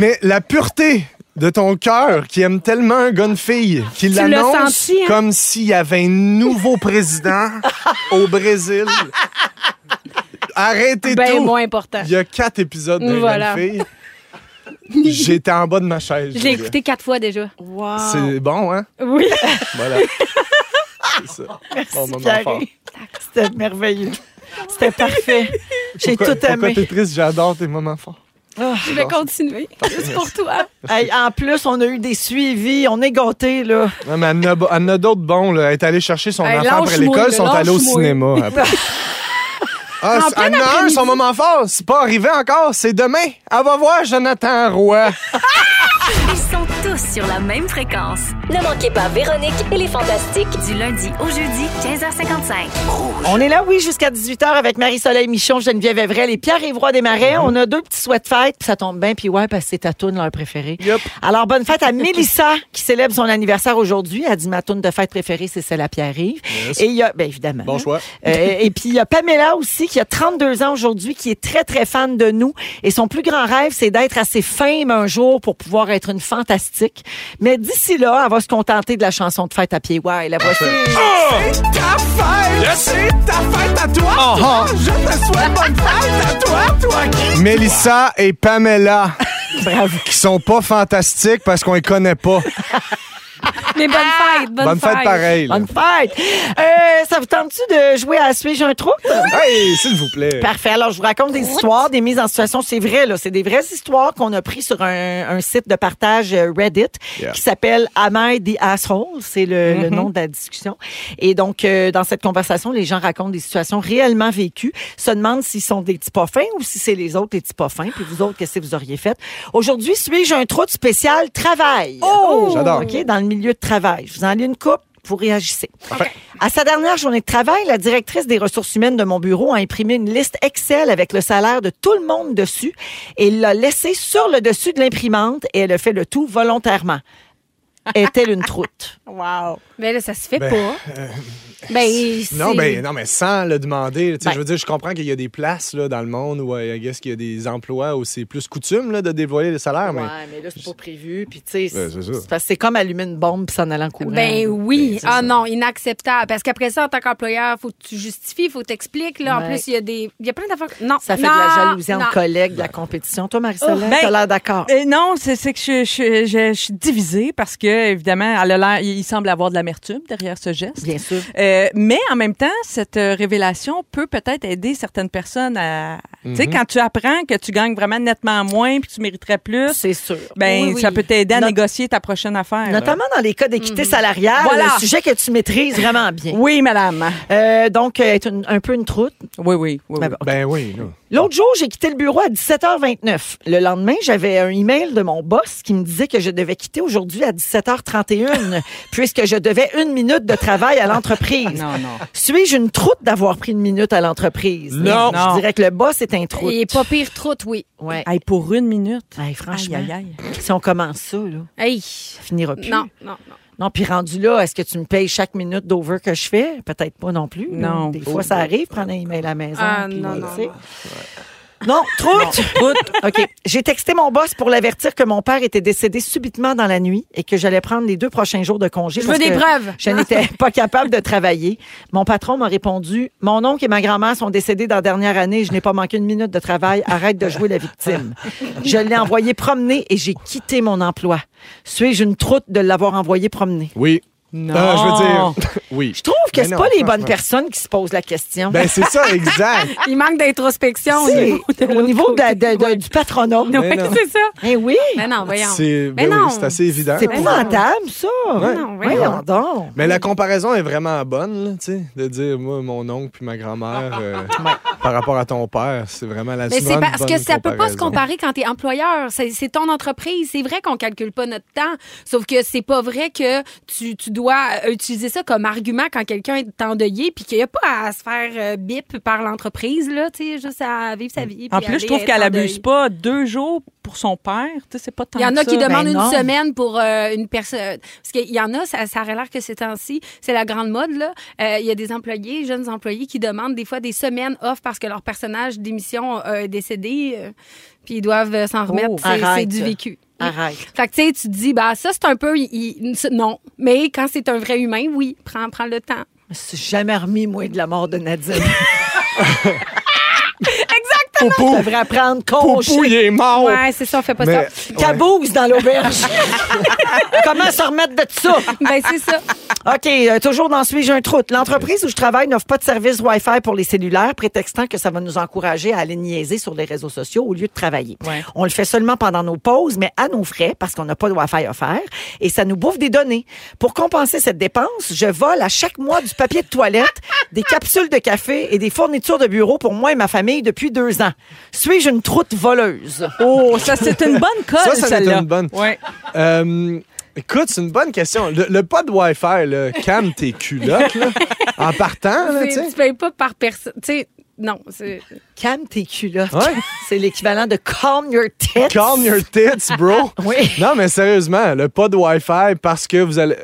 mais la pureté de ton cœur qui aime tellement un gars de fille qui
l'as
l'annonce
senti, hein?
comme s'il y avait un nouveau président au Brésil. Arrêtez
Ben,
tout.
moins important.
Il y a quatre épisodes de
Voilà.
fille. J'étais en bas de ma chaise.
Je l'ai
Julia.
écouté quatre fois déjà.
Wow.
C'est bon, hein?
Oui.
Voilà. C'est ça. Bon moment
Pierre.
fort.
C'était merveilleux. C'était parfait. J'ai
Pourquoi-
tout
Pourquoi t'es
aimé.
triste? J'adore tes moments forts.
Je vais continuer. Juste pour toi.
Hey, en plus, on a eu des suivis. On est gâtés, là.
Non, mais elle en a, bo- elle en a d'autres bons. Là. Elle est allée chercher son
Hey,
enfant après
lâche-moi,
l'école,
là,
sont allés au
lâche-moi.
cinéma. après. Ah,
En
c'est-
plein
elle en a un,
après-midi.
son moment fort. C'est pas arrivé encore, c'est demain. Elle va voir Jonathan Roy.
Ils sont tous sur la même fréquence.
Ne manquez pas Véronique et les Fantastiques.
Du lundi au jeudi, 15h55.
On est là, oui, jusqu'à 18h avec Marie-Soleil Michon, Geneviève Evrel et Pierre Évroy Desmarais.
Mm-hmm.
On a deux petits souhaits de fête, puis ça tombe bien, puis ouais, parce que c'est ta toune leur préférée.
Yep.
Alors, bonne fête à Mélissa, qui célèbre son anniversaire aujourd'hui. Elle dit ma toune de fête préférée, c'est celle à Pierre-Yves. Et il y a, bien évidemment.
Bon
hein.
choix.
Euh, et puis, il y a Pamela aussi, qui a 32 ans aujourd'hui, qui est très, très fan de nous. Et son plus grand rêve, c'est d'être assez fame un jour pour pouvoir être une fantastique. Mais d'ici là, elle va se contenter de la chanson de fête à pied. Ouais, la voici.
Ta fête! C'est ta fête à toi! Je te souhaite bonne fête à toi, toi qui? Mélissa et Pamela. Qui sont pas fantastiques parce qu'on les connaît pas.
Mais bonne fête. Bonne,
Bonne fête, pareil. là.
Bonne fête! Euh, ça vous tente-tu de jouer à Suis-je un trouble?
Hey, s'il vous plaît.
Parfait. Alors, je vous raconte des histoires, des mises en situation. C'est vrai, là. C'est des vraies histoires qu'on a prises sur un, un site de partage euh, Reddit
Yeah. Mm-hmm.
qui s'appelle Am I the Asshole? C'est le, le nom de la discussion. Et donc, euh, dans cette conversation, les gens racontent des situations réellement vécues, se demandent s'ils sont des petits pas fins ou si c'est les autres les petits pas fins. Puis vous autres, qu'est-ce que vous auriez fait? Aujourd'hui, suis-je un trou de spécial travail?
Oh! J'adore.
OK, dans le milieu de travail. Je vous en lis une coupe. Vous réagissez. À sa dernière journée de travail, la directrice des ressources humaines de mon bureau a imprimé une liste Excel avec le salaire de tout le monde dessus et l'a laissé sur le dessus de l'imprimante et elle a fait le tout volontairement. est-elle une troute?
Wow. Mais là, ça se fait
Ben,
pas.
euh,
Ben,
Non,
c'est-
ben, non, mais sans le demander. tu sais,
Ben.
Je veux dire, je comprends qu'il y a des places là, dans le monde où euh, I guess qu'il y a des emplois où c'est plus coutume là, de dévoiler les salaires. mais-
Ouais, mais là, c'est pas prévu. Puis, tu sais,
Ben, c'est ça.
c'est parce que c'est comme allumer une bombe puis s'en aller en courant.
Ben oui. Ah non, inacceptable. Parce qu'après ça, en tant qu'employeur, faut que tu justifies, faut que t'expliques. Là, en
Ouais.
plus, il y a des, il y a plein d'affaires. Non.
Ça fait de
non,
la jalousie entre
non.
collègues, de la compétition. Toi, Marie-Soleil,
Oh, ben-
t'as l'air d'accord.
Euh, non, c'est c'est que je, je- je- je suis divisée parce que, évidemment, elle a l'air- il il semble avoir de l'amertume derrière ce geste.
Bien sûr.
Euh, mais en même temps, cette euh, révélation peut peut-être aider certaines personnes à. Tu sais,
Mhm.
quand tu apprends que tu gagnes vraiment nettement moins puis que tu mériterais plus.
C'est sûr.
Ben,
Oui, oui.
ça peut t'aider à
Not-
négocier ta prochaine affaire. là.
Notamment dans les cas d'équité salariale,
Voilà.
un sujet que tu maîtrises vraiment bien.
Oui, madame.
donc, euh, être une- un peu une troute.
Oui, oui. oui, oui.
Ben oui. là.
L'autre jour, j'ai quitté le bureau à 17h29. Le lendemain, j'avais un email de mon boss qui me disait que je devais quitter aujourd'hui à 17h31 puisque je devais une minute de travail à l'entreprise.
Non, non.
Suis-je une troute d'avoir pris une minute à l'entreprise?
Non.
Je dirais que le boss est un troute.
Il est pas pire troute, oui.
Ouais.
Hey, pour une minute.
Hey, franchement,
Aïe, aïe, aïe.
si on commence ça, là,
Hey.
ça finira plus.
Non, non, non.
Non, puis rendu là, est-ce que tu me payes chaque minute d'over que je fais? Peut-être pas non plus. là.
Non.
Des fois, ça arrive, prendre un email à la maison.
Ah,
puis,
non,
tu
non,
sais.
non.
Non, troute. OK. J'ai texté mon boss pour l'avertir que mon père était décédé subitement dans la nuit et que j'allais prendre les deux prochains jours de congé.
Je veux
parce
des
que
preuves.
Je n'étais pas capable de travailler. Mon patron m'a répondu Mon oncle et ma grand-mère sont décédés dans la dernière année. Je n'ai pas manqué une minute de travail. Arrête de jouer la victime. Je l'ai envoyé promener et j'ai quitté mon emploi. Suis-je une troute de l'avoir envoyé promener?
Oui.
Non.
Ah, je veux dire, oui.
Je trouve que
Mais
c'est
non,
pas les
franchement.
bonnes personnes qui se posent la question.
Ben c'est ça, exact.
Il manque d'introspection.
Tu sais,
lui.
au niveau de la- de- de- du patronat.
Ouais,
Ben non.
c'est ça.
Eh oui,
Mais non, voyons.
C'est
Mais
ben oui,
non.
c'est assez évident.
c'est
Ben
épouvantable, ça.
Non, voyons.
Voyons donc.
Mais la comparaison est vraiment bonne, là, tu sais, de dire moi mon oncle puis ma grand-mère euh, par rapport à ton père, c'est vraiment la
Mais c'est
bonne-
parce que
bonne
ça peut pas
comparaison.
se comparer quand t'es employeur. C'est c'est ton entreprise. C'est vrai qu'on calcule pas notre temps. Sauf que c'est pas vrai que tu, tu dois euh, utiliser ça comme argument quand quelqu'un est endeuillé puis qu'il n'y a pas à se faire euh, bip par l'entreprise, là, tu sais, juste à vivre sa vie.
En
puis
plus, je
aller
trouve
être
qu'elle
en deuil.
abuse pas deux jours pour son père. Tu sais, c'est pas tant
Il y en
que
a qui
ça.
demandent
Ben
une
non.
semaine pour euh, une personne. Parce qu'il y en a, ça, ça aurait l'air que ces temps-ci, c'est la grande mode, là. Euh, Il y a des employés, jeunes employés, qui demandent des fois des semaines off parce que leur personnage d'émission euh, est décédé, euh, puis ils doivent euh, s'en remettre. C'est- c'est
Oh. arrête.
du vécu.
Arrête.
Fait que, tu sais, tu te dis, bah, ça, c'est un peu. il- il- non. Mais quand c'est un vrai humain, oui, prends, prends le temps.
Je me suis jamais remis, moi, de la mort de Nadine.
Poupou,
Je devrais apprendre
Poupou, il
congé.
est mort.
Ouais, c'est ça, on fait pas
Mais-
ça.
Caboose dans l'auberge. Comment se remettre de ça?
Ben, c'est ça.
OK, euh, toujours dans Suis-je un troute. L'entreprise où je travaille n'offre pas de service Wi-Fi pour les cellulaires, prétextant que ça va nous encourager à aller niaiser sur les réseaux sociaux au lieu de travailler.
Ouais.
On le fait seulement pendant nos pauses, mais à nos frais, parce qu'on n'a pas de Wi-Fi offert, et ça nous bouffe des données. Pour compenser cette dépense, je vole à chaque mois du papier de toilette, des capsules de café et des fournitures de bureau pour moi et ma famille depuis deux ans. Suis-je une troute voleuse?
Oh, ça, c'est une bonne colle,
Ça, ça, c'est
celle-là.
une bonne.
Ouais.
Euh, écoute, c'est une bonne question. Le, le pas de Wi-Fi, là, calme tes culottes là, en partant, là, tu
C'est-
sais.
Tu payes pas par personne. Tu sais, non. c'est-
Calme tes culottes.
Ouais.
C'est l'équivalent de calm your tits.
Calm your tits, bro.
Oui.
Non, mais sérieusement, le pas de Wi-Fi parce que vous allez.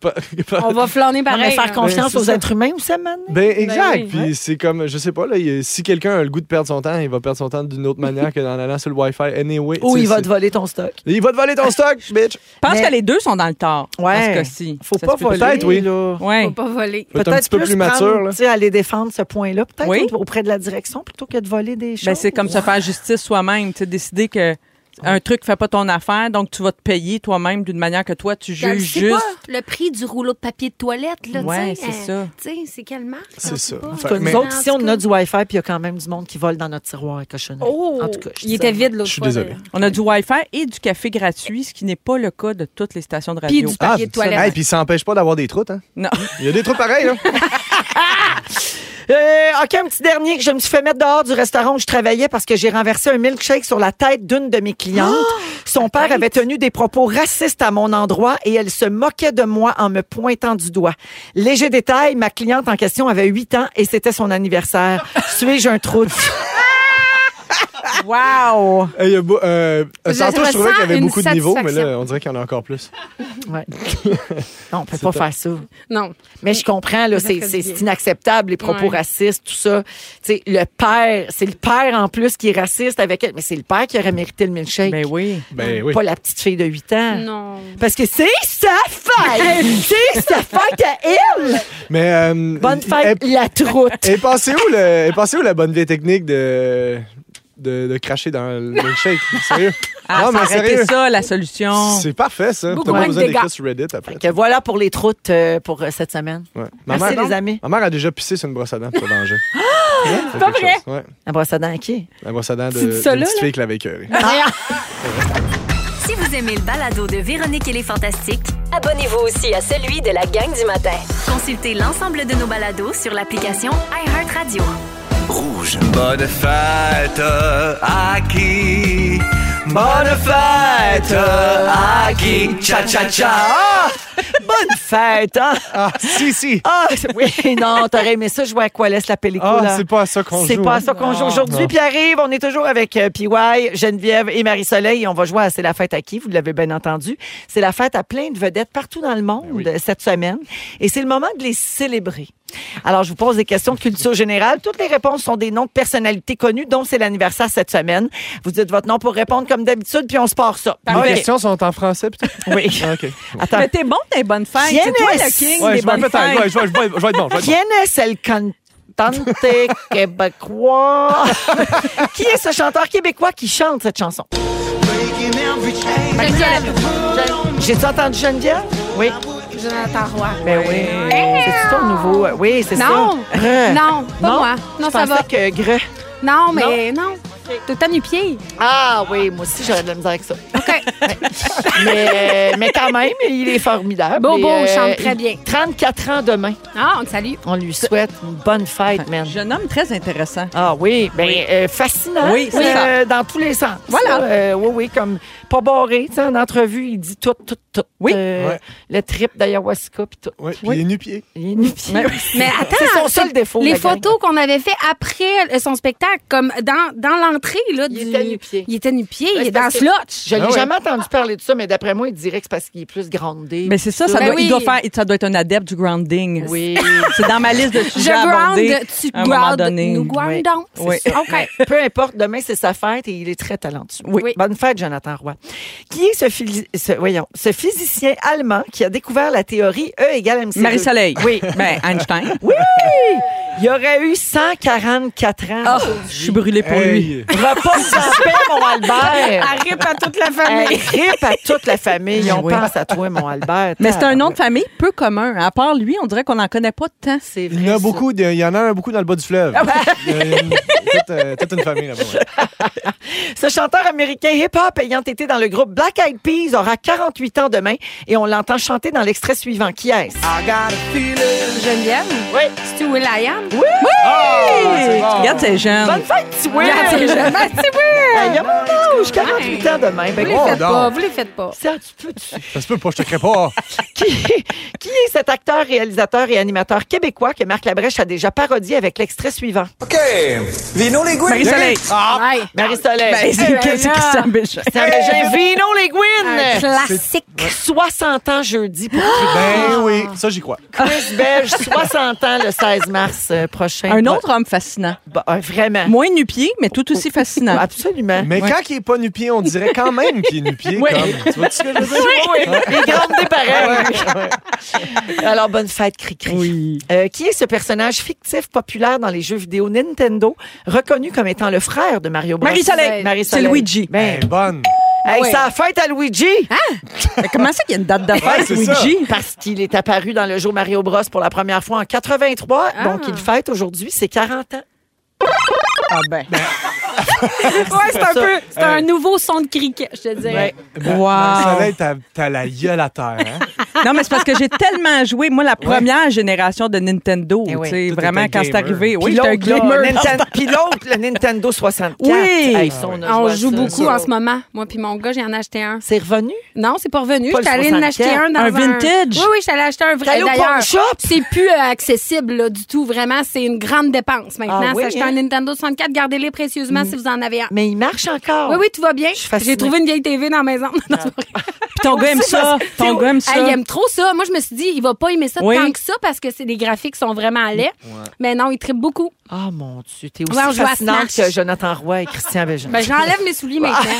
On va flâner
On
pareil.
devrait faire
hein.
confiance
c'est
aux
ça.
êtes humains aussi, man.
Ben exact.
oui.
Puis c'est comme, je sais pas, là, il- si quelqu'un a le goût de perdre son temps, il va perdre son temps d'une autre manière que en allant sur le Wi-Fi anyway.
Ou
Tu sais,
il va
c'est-
te voler ton stock.
Il va te voler ton stock, bitch.
Je pense
Mais-
que les deux sont dans le tort. Dans ce
Ouais.
cas-ci.
Faut
Ça
pas
se peut
voler.
Peut-être, oui.
là.
Ouais.
Faut pas voler.
Peut-être un petit peu
plus
plus mature,
prendre,
là.
tu sais, aller défendre ce point-là, peut-être
Oui.
au- auprès de la direction, plutôt que de voler des choses.
Ben, c'est comme se faire justice soi-même. Tu sais, décider que un truc fait pas ton affaire, donc tu vas te payer toi-même d'une manière que toi, tu
Je
juges
sais pas,
juste.
le prix du rouleau de papier de toilette, là,
Ouais,
tu sais,
c'est
euh,
ça.
Tu sais, c'est quelle marque?
C'est ça.
on sait pas.
En
En tout cas,
Mais-
nous autres, ici,
En
on
tout
a
cas-
du Wi-Fi, puis il y a quand même du monde qui vole dans notre tiroir à cochonnerie.
Oh!
En tout cas, je
il
dis
était
ça.
vide l'autre
Je suis
fois,
désolé.
d'ailleurs.
On a du Wi-Fi et du café gratuit, ce qui n'est pas le cas de toutes les stations de radio.
Puis du papier de toilette.
Ah, Hey, puis ça empêche pas d'avoir des troutes, hein.
Non.
Il y a des troutes pareils, là.
Euh, OK, un petit dernier que je me suis fait mettre dehors du restaurant où je travaillais parce que j'ai renversé un milkshake sur la tête d'une de mes clientes. Son père avait tenu des propos racistes à mon endroit et elle se moquait de moi en me pointant du doigt. Léger détail, ma cliente en question avait 8 ans et c'était son anniversaire. Suis-je un trou?
Wow!
Hey, il y a beau- euh,
Je
tantôt, je
ressens
trouvais qu'il y avait
une
beaucoup de niveaux, mais là,
satisfaction.
on dirait qu'il y en a encore plus.
Ouais. non, on peut
C'est
pas
top.
faire ça.
Non.
Mais je comprends, là,
Ça
c'est
fait
c'est-
du bien.
c'est inacceptable, les propos
Ouais.
racistes, tout ça. Tu sais, le père, c'est le père en plus qui est raciste avec elle, mais c'est le père qui aurait mérité le milkshake.
Ben oui.
Ben oui.
Pas la petite fille de 8 ans.
Non.
Parce que c'est sa
Ben
fête! c'est sa fête à elle!
Mais, euh,
Bonne
il-
fête, la troute!
Et passez où, le, est passé où la bonne vieille technique de, de, de cracher dans le milkshake? Sérieux?
Ah,
non, mais
ça aurait été
sérieux.
ça, la solution.
C'est parfait, ça.
Beaucoup
T'as
moins
pas
de
besoin d'écrire
dégâts.
sur Reddit après.
Que voilà pour les troutes euh, pour euh, cette semaine.
Ouais.
Merci,
mère,
les amis.
ma mère a déjà pissé sur une brosse à dents pour se venger. C'est
pas
quelque
vrai?
chose, Ouais.
La brosse à dents Ah. à qui?
La brosse à dents de,
Tu dis ça,
d'une
là,
petite
là?
fille qui l'avait écœurée.
Ah.
Si vous aimez le balado de Véronique et les Fantastiques,
Abonnez-vous aussi à celui de la gang du matin.
consultez l'ensemble de nos balados sur l'application iHeartRadio.
Rouge. Bonne fête à qui? Bonne fête à qui? Cha cha cha.
Bonne fête! hein?
Ah, si, si!
Ah, c'est- oui, non, t'aurais aimé ça, jouer à quoi laisse la pellicule.
Ah,
là.
c'est pas à ça qu'on
C'est
joue,
pas
hein.
ça qu'on joue
Non.
aujourd'hui.
Non.
Puis arrive, on est toujours avec euh, PY, Geneviève et Marie-Soleil. Et on va jouer à C'est la fête à qui? Vous l'avez bien entendu. C'est la fête à plein de vedettes partout dans
Ben
le monde euh, cette semaine. Et c'est le moment de les célébrer. Alors, je vous pose des questions de culture générale. Toutes les réponses sont des noms de personnalités connues, dont c'est l'anniversaire cette semaine. Vous dites votre nom pour répondre comme d'habitude, puis on se part ça.
Les
OK.
questions sont en français, peut-être?
Oui.
Ah, OK.
Attends.
Mais t'es bon, t'es bonne fête.
Yes.
C'est toi le king
Ouais,
des
je vais
bonnes
peut-être- ouais,
fêtes.
je vais- je vais je vais être bon. je vais être bon.
¿Quién es el cantante québécois? qui est ce chanteur québécois qui chante cette chanson?
Geneviève.
J'ai-tu entendu Geneviève? Oui.
Ah Jonathan Roy.
Ben oui. C'est ton nouveau. euh, Oui, c'est ça.
Non.
Hein?
Re.
Non, pas moi. Non,
Je
ça va.
pensais que Gre.
Non, mais non. T'es à nu-pied.
Ah oui, moi aussi, j'aurais de la misère avec ça.
OK.
mais, euh, mais quand même, il est formidable.
Bobo,
Et, euh,
il chante très bien.
34 ans demain.
Ah, on te salue.
On lui souhaite une bonne fête, man.
Jeune homme très intéressant.
Ah oui, ben euh, fascinant.
Oui, c'est
euh, dans tous les sens.
Voilà.
là. Euh, oui, oui, comme pas barré, tu sais, en entrevue, il dit tout, tout, tout.
Oui.
Euh,
Ouais.
Le trip d'ayahuasca puis tout.
Ouais, puis il est nu-pied.
Il est nu-pied.
Mais-
Mais attends,
C'est son
c'est-
seul défaut,
Les
la gang.
photos qu'on avait fait après euh, son spectacle, comme dans, dans l'entrée, là,
Il
du-
était nu-pied.
Il était nu-pied,
Ouais,
il
c'est
est dans
parce que-
Slotch.
Je l'ai
Ah ouais.
jamais entendu parler de ça, mais d'après moi, il dirait que c'est parce qu'il est plus grandé.
Mais c'est ça, ça
Ben
doit, il
oui.
doit faire, ça doit être un adepte du grounding.
oui.
C'est dans ma liste de
Je
sujets à aborder
ground, tu
à un moment
ground,
donné.
nous groundons.
Oui.
C'est ça. OK.
Mais Peu importe, demain, c'est sa fête et il est très talentueux.
Oui. Oui.
Bonne fête, Jonathan Roy. Qui est ce, phili- ce- voyons, ce physicien allemand qui a découvert la théorie E égale MC?
Marie-Soleil.
Oui.
Ben, Einstein.
Oui! Il aurait eu 144 ans.
Ah, je suis brûlée pour lui.
Hey.
Repose en paix, mon Albert.
Arrête à toute la
Hey, rip à toute la famille. On
Oui.
pense à toi, mon Albert.
Mais c'est un nom de famille peu commun. À part lui, on dirait qu'on n'en connaît pas tant.
C'est vrai.
Il y en a
ça.
beaucoup, de- il y en a un beaucoup dans le bas du fleuve.
Ah
Il y a une- toute, euh, toute une famille là-bas. ouais.
Ce chanteur américain hip-hop ayant été dans le groupe Black Eyed Peas aura 48 ans demain et on l'entend chanter dans l'extrait suivant. Qui est-ce?
Geneviève.
Oui.
C'est où Will.i.am?
Oui!
Oh,
Regarde, c'est jeune.
Bonne fête, petit Will!
Regarde, c'est jeune. Ah, c'est Will.
Hey, Il y a mon âge, 48 ans demain. Ben,
Vous les
voyons
faites
donc.
pas, vous les faites pas.
Ça, tu peux, tu-
Oh, Ça se peut pas, je te crée pas.
qui, qui est cet acteur, réalisateur et animateur québécois que Marc Labrèche a déjà parodié avec l'extrait suivant?
OK. Vino les gouines.
Marie-Soleil.
Ouais.
Marie-Soleil.
Ben, c'est
ben
c'est
là.
Christian Bichat.
Ça me gêne. Vino les
Un
Gwyn!
classique.
60 ans jeudi pour
Ah.
Ben oui, ça j'y crois.
Chris Belge, 60 ans le 16 mars euh, prochain.
Un autre homme fascinant.
Bah, bah, euh, vraiment.
Moins nu-pied, mais tout aussi fascinant.
Absolument.
Mais quand il est pas nu-pied, on dirait quand même qu'il est nu-pied.
Hein? Ouais.
Comme, tu vois ce que je veux dire?
Oui, les grandes des parents. Alors, bonne fête, Cricri. Euh, qui est ce personnage fictif populaire dans les jeux vidéo Nintendo, reconnu comme étant le frère de Mario Bros?
Marie-Soleil.
Marie-Soleil.
C'est Luigi.
Ben,
Elle est bonne.
hey,
Ouais.
ça a fête à Luigi
Mais comment ça qu'il y a une date
Ouais,
d'affaires,
c'est
Luigi?
parce qu'il est apparu dans le jeu Mario Bros pour la première fois en 83.
Ah.
Donc, il fête aujourd'hui ses 40 ans.
Ah ben.
Ouais, c'est un
ça.
peu. C'est un nouveau son de criquet, je te dirais.
Ben,
Wow.
Marie-Soleil, t'as, t'as la gueule à terre. Hein?
non, mais c'est parce que j'ai tellement joué, moi, la première génération de Nintendo. tu sais, vraiment, quand c'est arrivé. Oui,
Eh Puis
j'étais un
l'autre, là,
gamer.
Nintendo- Puis l'autre, le Nintendo 64.
Oui.
Hey, ça, on a
On
joué à
joue
ça.
beaucoup
Ça.
en ce moment. Moi puis mon gars, j'en ai acheté un.
C'est revenu?
Non, c'est pas revenu.
Pas
J'étais
le
allée en
64.
acheter un dans
Un
un...
vintage?
Oui, oui, j'étais allée acheter un
T'es
vrai
allée au
d'ailleurs.
pawn shop?
C'est plus euh, accessible là, du tout, vraiment. C'est une grande dépense maintenant.
Ah oui,
S'acheter
hein?
un Nintendo 64, gardez-les précieusement si vous en avez un.
Mais il marche encore.
Oui, oui, tout va bien.
fascinée.
J'ai trouvé une vieille TV dans la maison.
Ah.
Non, c'est pas vrai.
Puis ton gars aime ça. Ton gars aime ça.
Hey, il aime trop ça. Moi, je me suis dit, il va pas aimer ça
Oui.
tant que ça parce que c'est- les graphiques sont vraiment laids. Mais non, il tripe beaucoup.
Ah, mon Dieu, t'es
Ouais, on
aussi
joue à
fascinante
Smash.
que Jonathan Roy et Christian Bégin.
Ben, j'enlève mes souliers maintenant.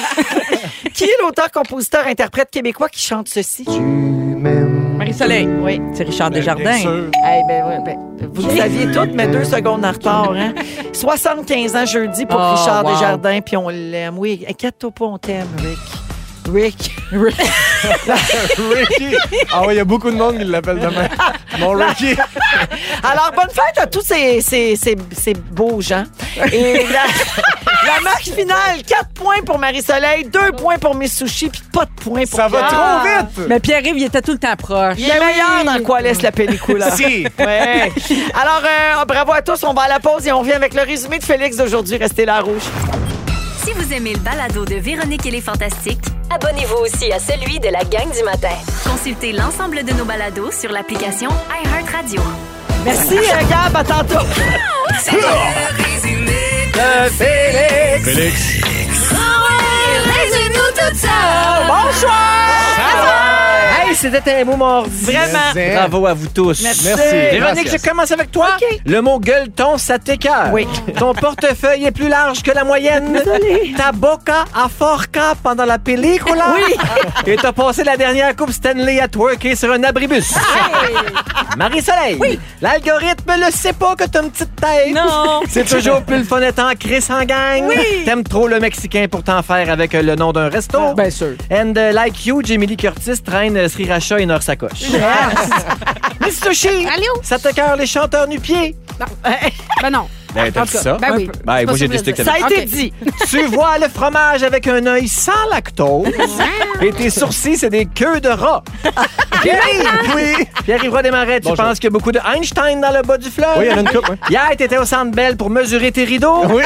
Qui est l'auteur, compositeur, interprète québécois qui chante ceci?
Marie-Soleil.
Oui.
C'est Richard
Ben, Bien
Desjardins.
sûr.
Eh ben, ouais, ben, vous le saviez toutes, mais deux secondes en retard. Hein? 75 ans jeudi pour
Oh,
Richard
wow.
Desjardins, puis on l'aime. Oui, inquiète-toi pas, on t'aime, Rick. Rick.
Ricky. Ah oui, il y a beaucoup de monde qui l'appelle demain. Mon Ricky.
Alors, bonne fête à tous ces, ces, ces, ces beaux gens. Et la, la marque finale, 4 points pour Marie-Soleil, 2 points pour Miss Sushi, puis pas de points pour
Ça va
Pierre.
trop vite.
Mais Pierre-Yves, il était tout le temps proche. Ben
Il est meilleur dans quoi laisse la pellicule.
Si.
Ouais. Alors, euh, bravo à tous. On va à la pause et on vient avec le résumé de Félix d'aujourd'hui. Restez là, Rouge.
Si vous aimez le balado de Véronique et les Fantastiques,
Abonnez-vous aussi à celui de la gang du matin.
consultez l'ensemble de nos balados sur l'application iHeartRadio.
Merci, euh, Gab. À tantôt.
Euh,
Hey, c'était un beau mardi.
Vraiment.
Merci.
Bravo à vous tous.
Merci.
Véronique, je commence avec toi. Le mot gueuleton, ça t'écœure.
Oui.
Ton portefeuille est plus large que la moyenne. Ta boca a forca pendant la pellicula. Oui. Et t'as passé la dernière Coupe Stanley à twerker sur un abribus. Marie-Soleil. Oui. L'algorithme le sait pas que t'as une petite tête.
Non.
C'est toujours plus le fun étant Chris en gang. Oui. T'aimes trop le Mexicain pour t'en faire avec le nom d'un resto.
Bien sûr.
And uh, like you, Jamie Lee Curtis traîne euh, Sriracha et Nord Sacoche. Miss Sushi!
Allô?
Ça te cœur les chanteurs nu-pieds?
ben non.
Ben, t'as dit ça?
Ben oui.
Ben,
C'est pas
moi, j'ai
que je
décidé que
voulais
Ça a
dire.
été
Ok.
dit.
tu vois le fromage avec un œil sans lactose et tes sourcils, c'est des queues de rat. Pierre-Yves! Oui! Pierre-Yves Desmarais, tu
Bonjour.
penses qu'il y a beaucoup de Einstein dans le bas du fleuve?
Oui, il y en a une coupe. hein.
Hier, t'étais au Centre Belle pour mesurer tes rideaux.
Oui.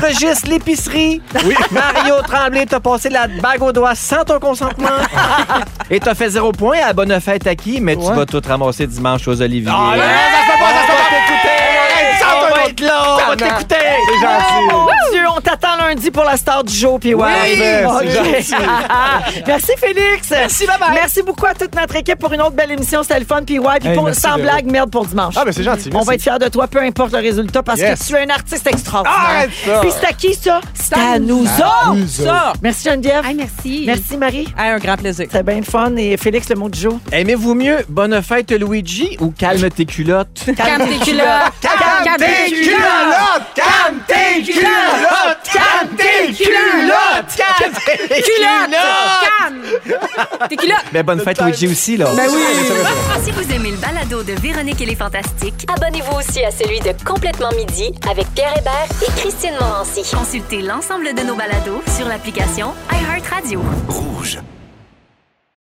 Enregistre l'épicerie.
Oui.
Mario Tremblay t'a passé la bague au doigt sans ton consentement. Et t'as fait zéro point à bonne fête à qui? Mais tu
Ouais.
vas tout ramasser dimanche aux Oliviers.
Ah, non, non, ça se fait pas, ça se fait pas. Hey, ça,
On
toi,
va
non.
être là, on va t'écouter.
C'est gentil.
Mon Dieu, on t'attend lundi pour la star du jour, puis ouais.
ben, c'est
Ok.
gentil.
Merci, Félix. Merci, bye Merci beaucoup à toute notre équipe pour une autre belle émission. C'était le fun, puis ouais, puis
Hey,
pour-
merci,
sans
Véro.
blague, merde pour dimanche.
Ah, ben, c'est gentil.
On
merci.
va être fiers de toi, peu importe le résultat, parce
Yes.
que tu es un artiste extraordinaire.
Arrête ça.
Puis c'est à qui, ça? C'est à nous autres.
Nous autres.
Ça.
Merci, Geneviève.
Hey, merci.
Merci, Marie.
Hey, un grand plaisir.
C'était bien le fun. Et Félix, le mot du jour.
Aimez-vous mieux bonne fête Luigi ou calme tes culottes?
Calme tes culottes. Calme tes culottes.
Calme tes culottes! Calme tes culottes! Calme tes culottes!
Calme. Tes culottes.
Mais bonne fête Luigi aussi, là.
Si vous aimez le balado de Véronique et les Fantastiques,
Abonnez-vous aussi à celui de Complètement Midi avec Pierre Hébert et Christine Morancy.
consultez l'ensemble de nos balados sur l'application iHeartRadio.
Rouge.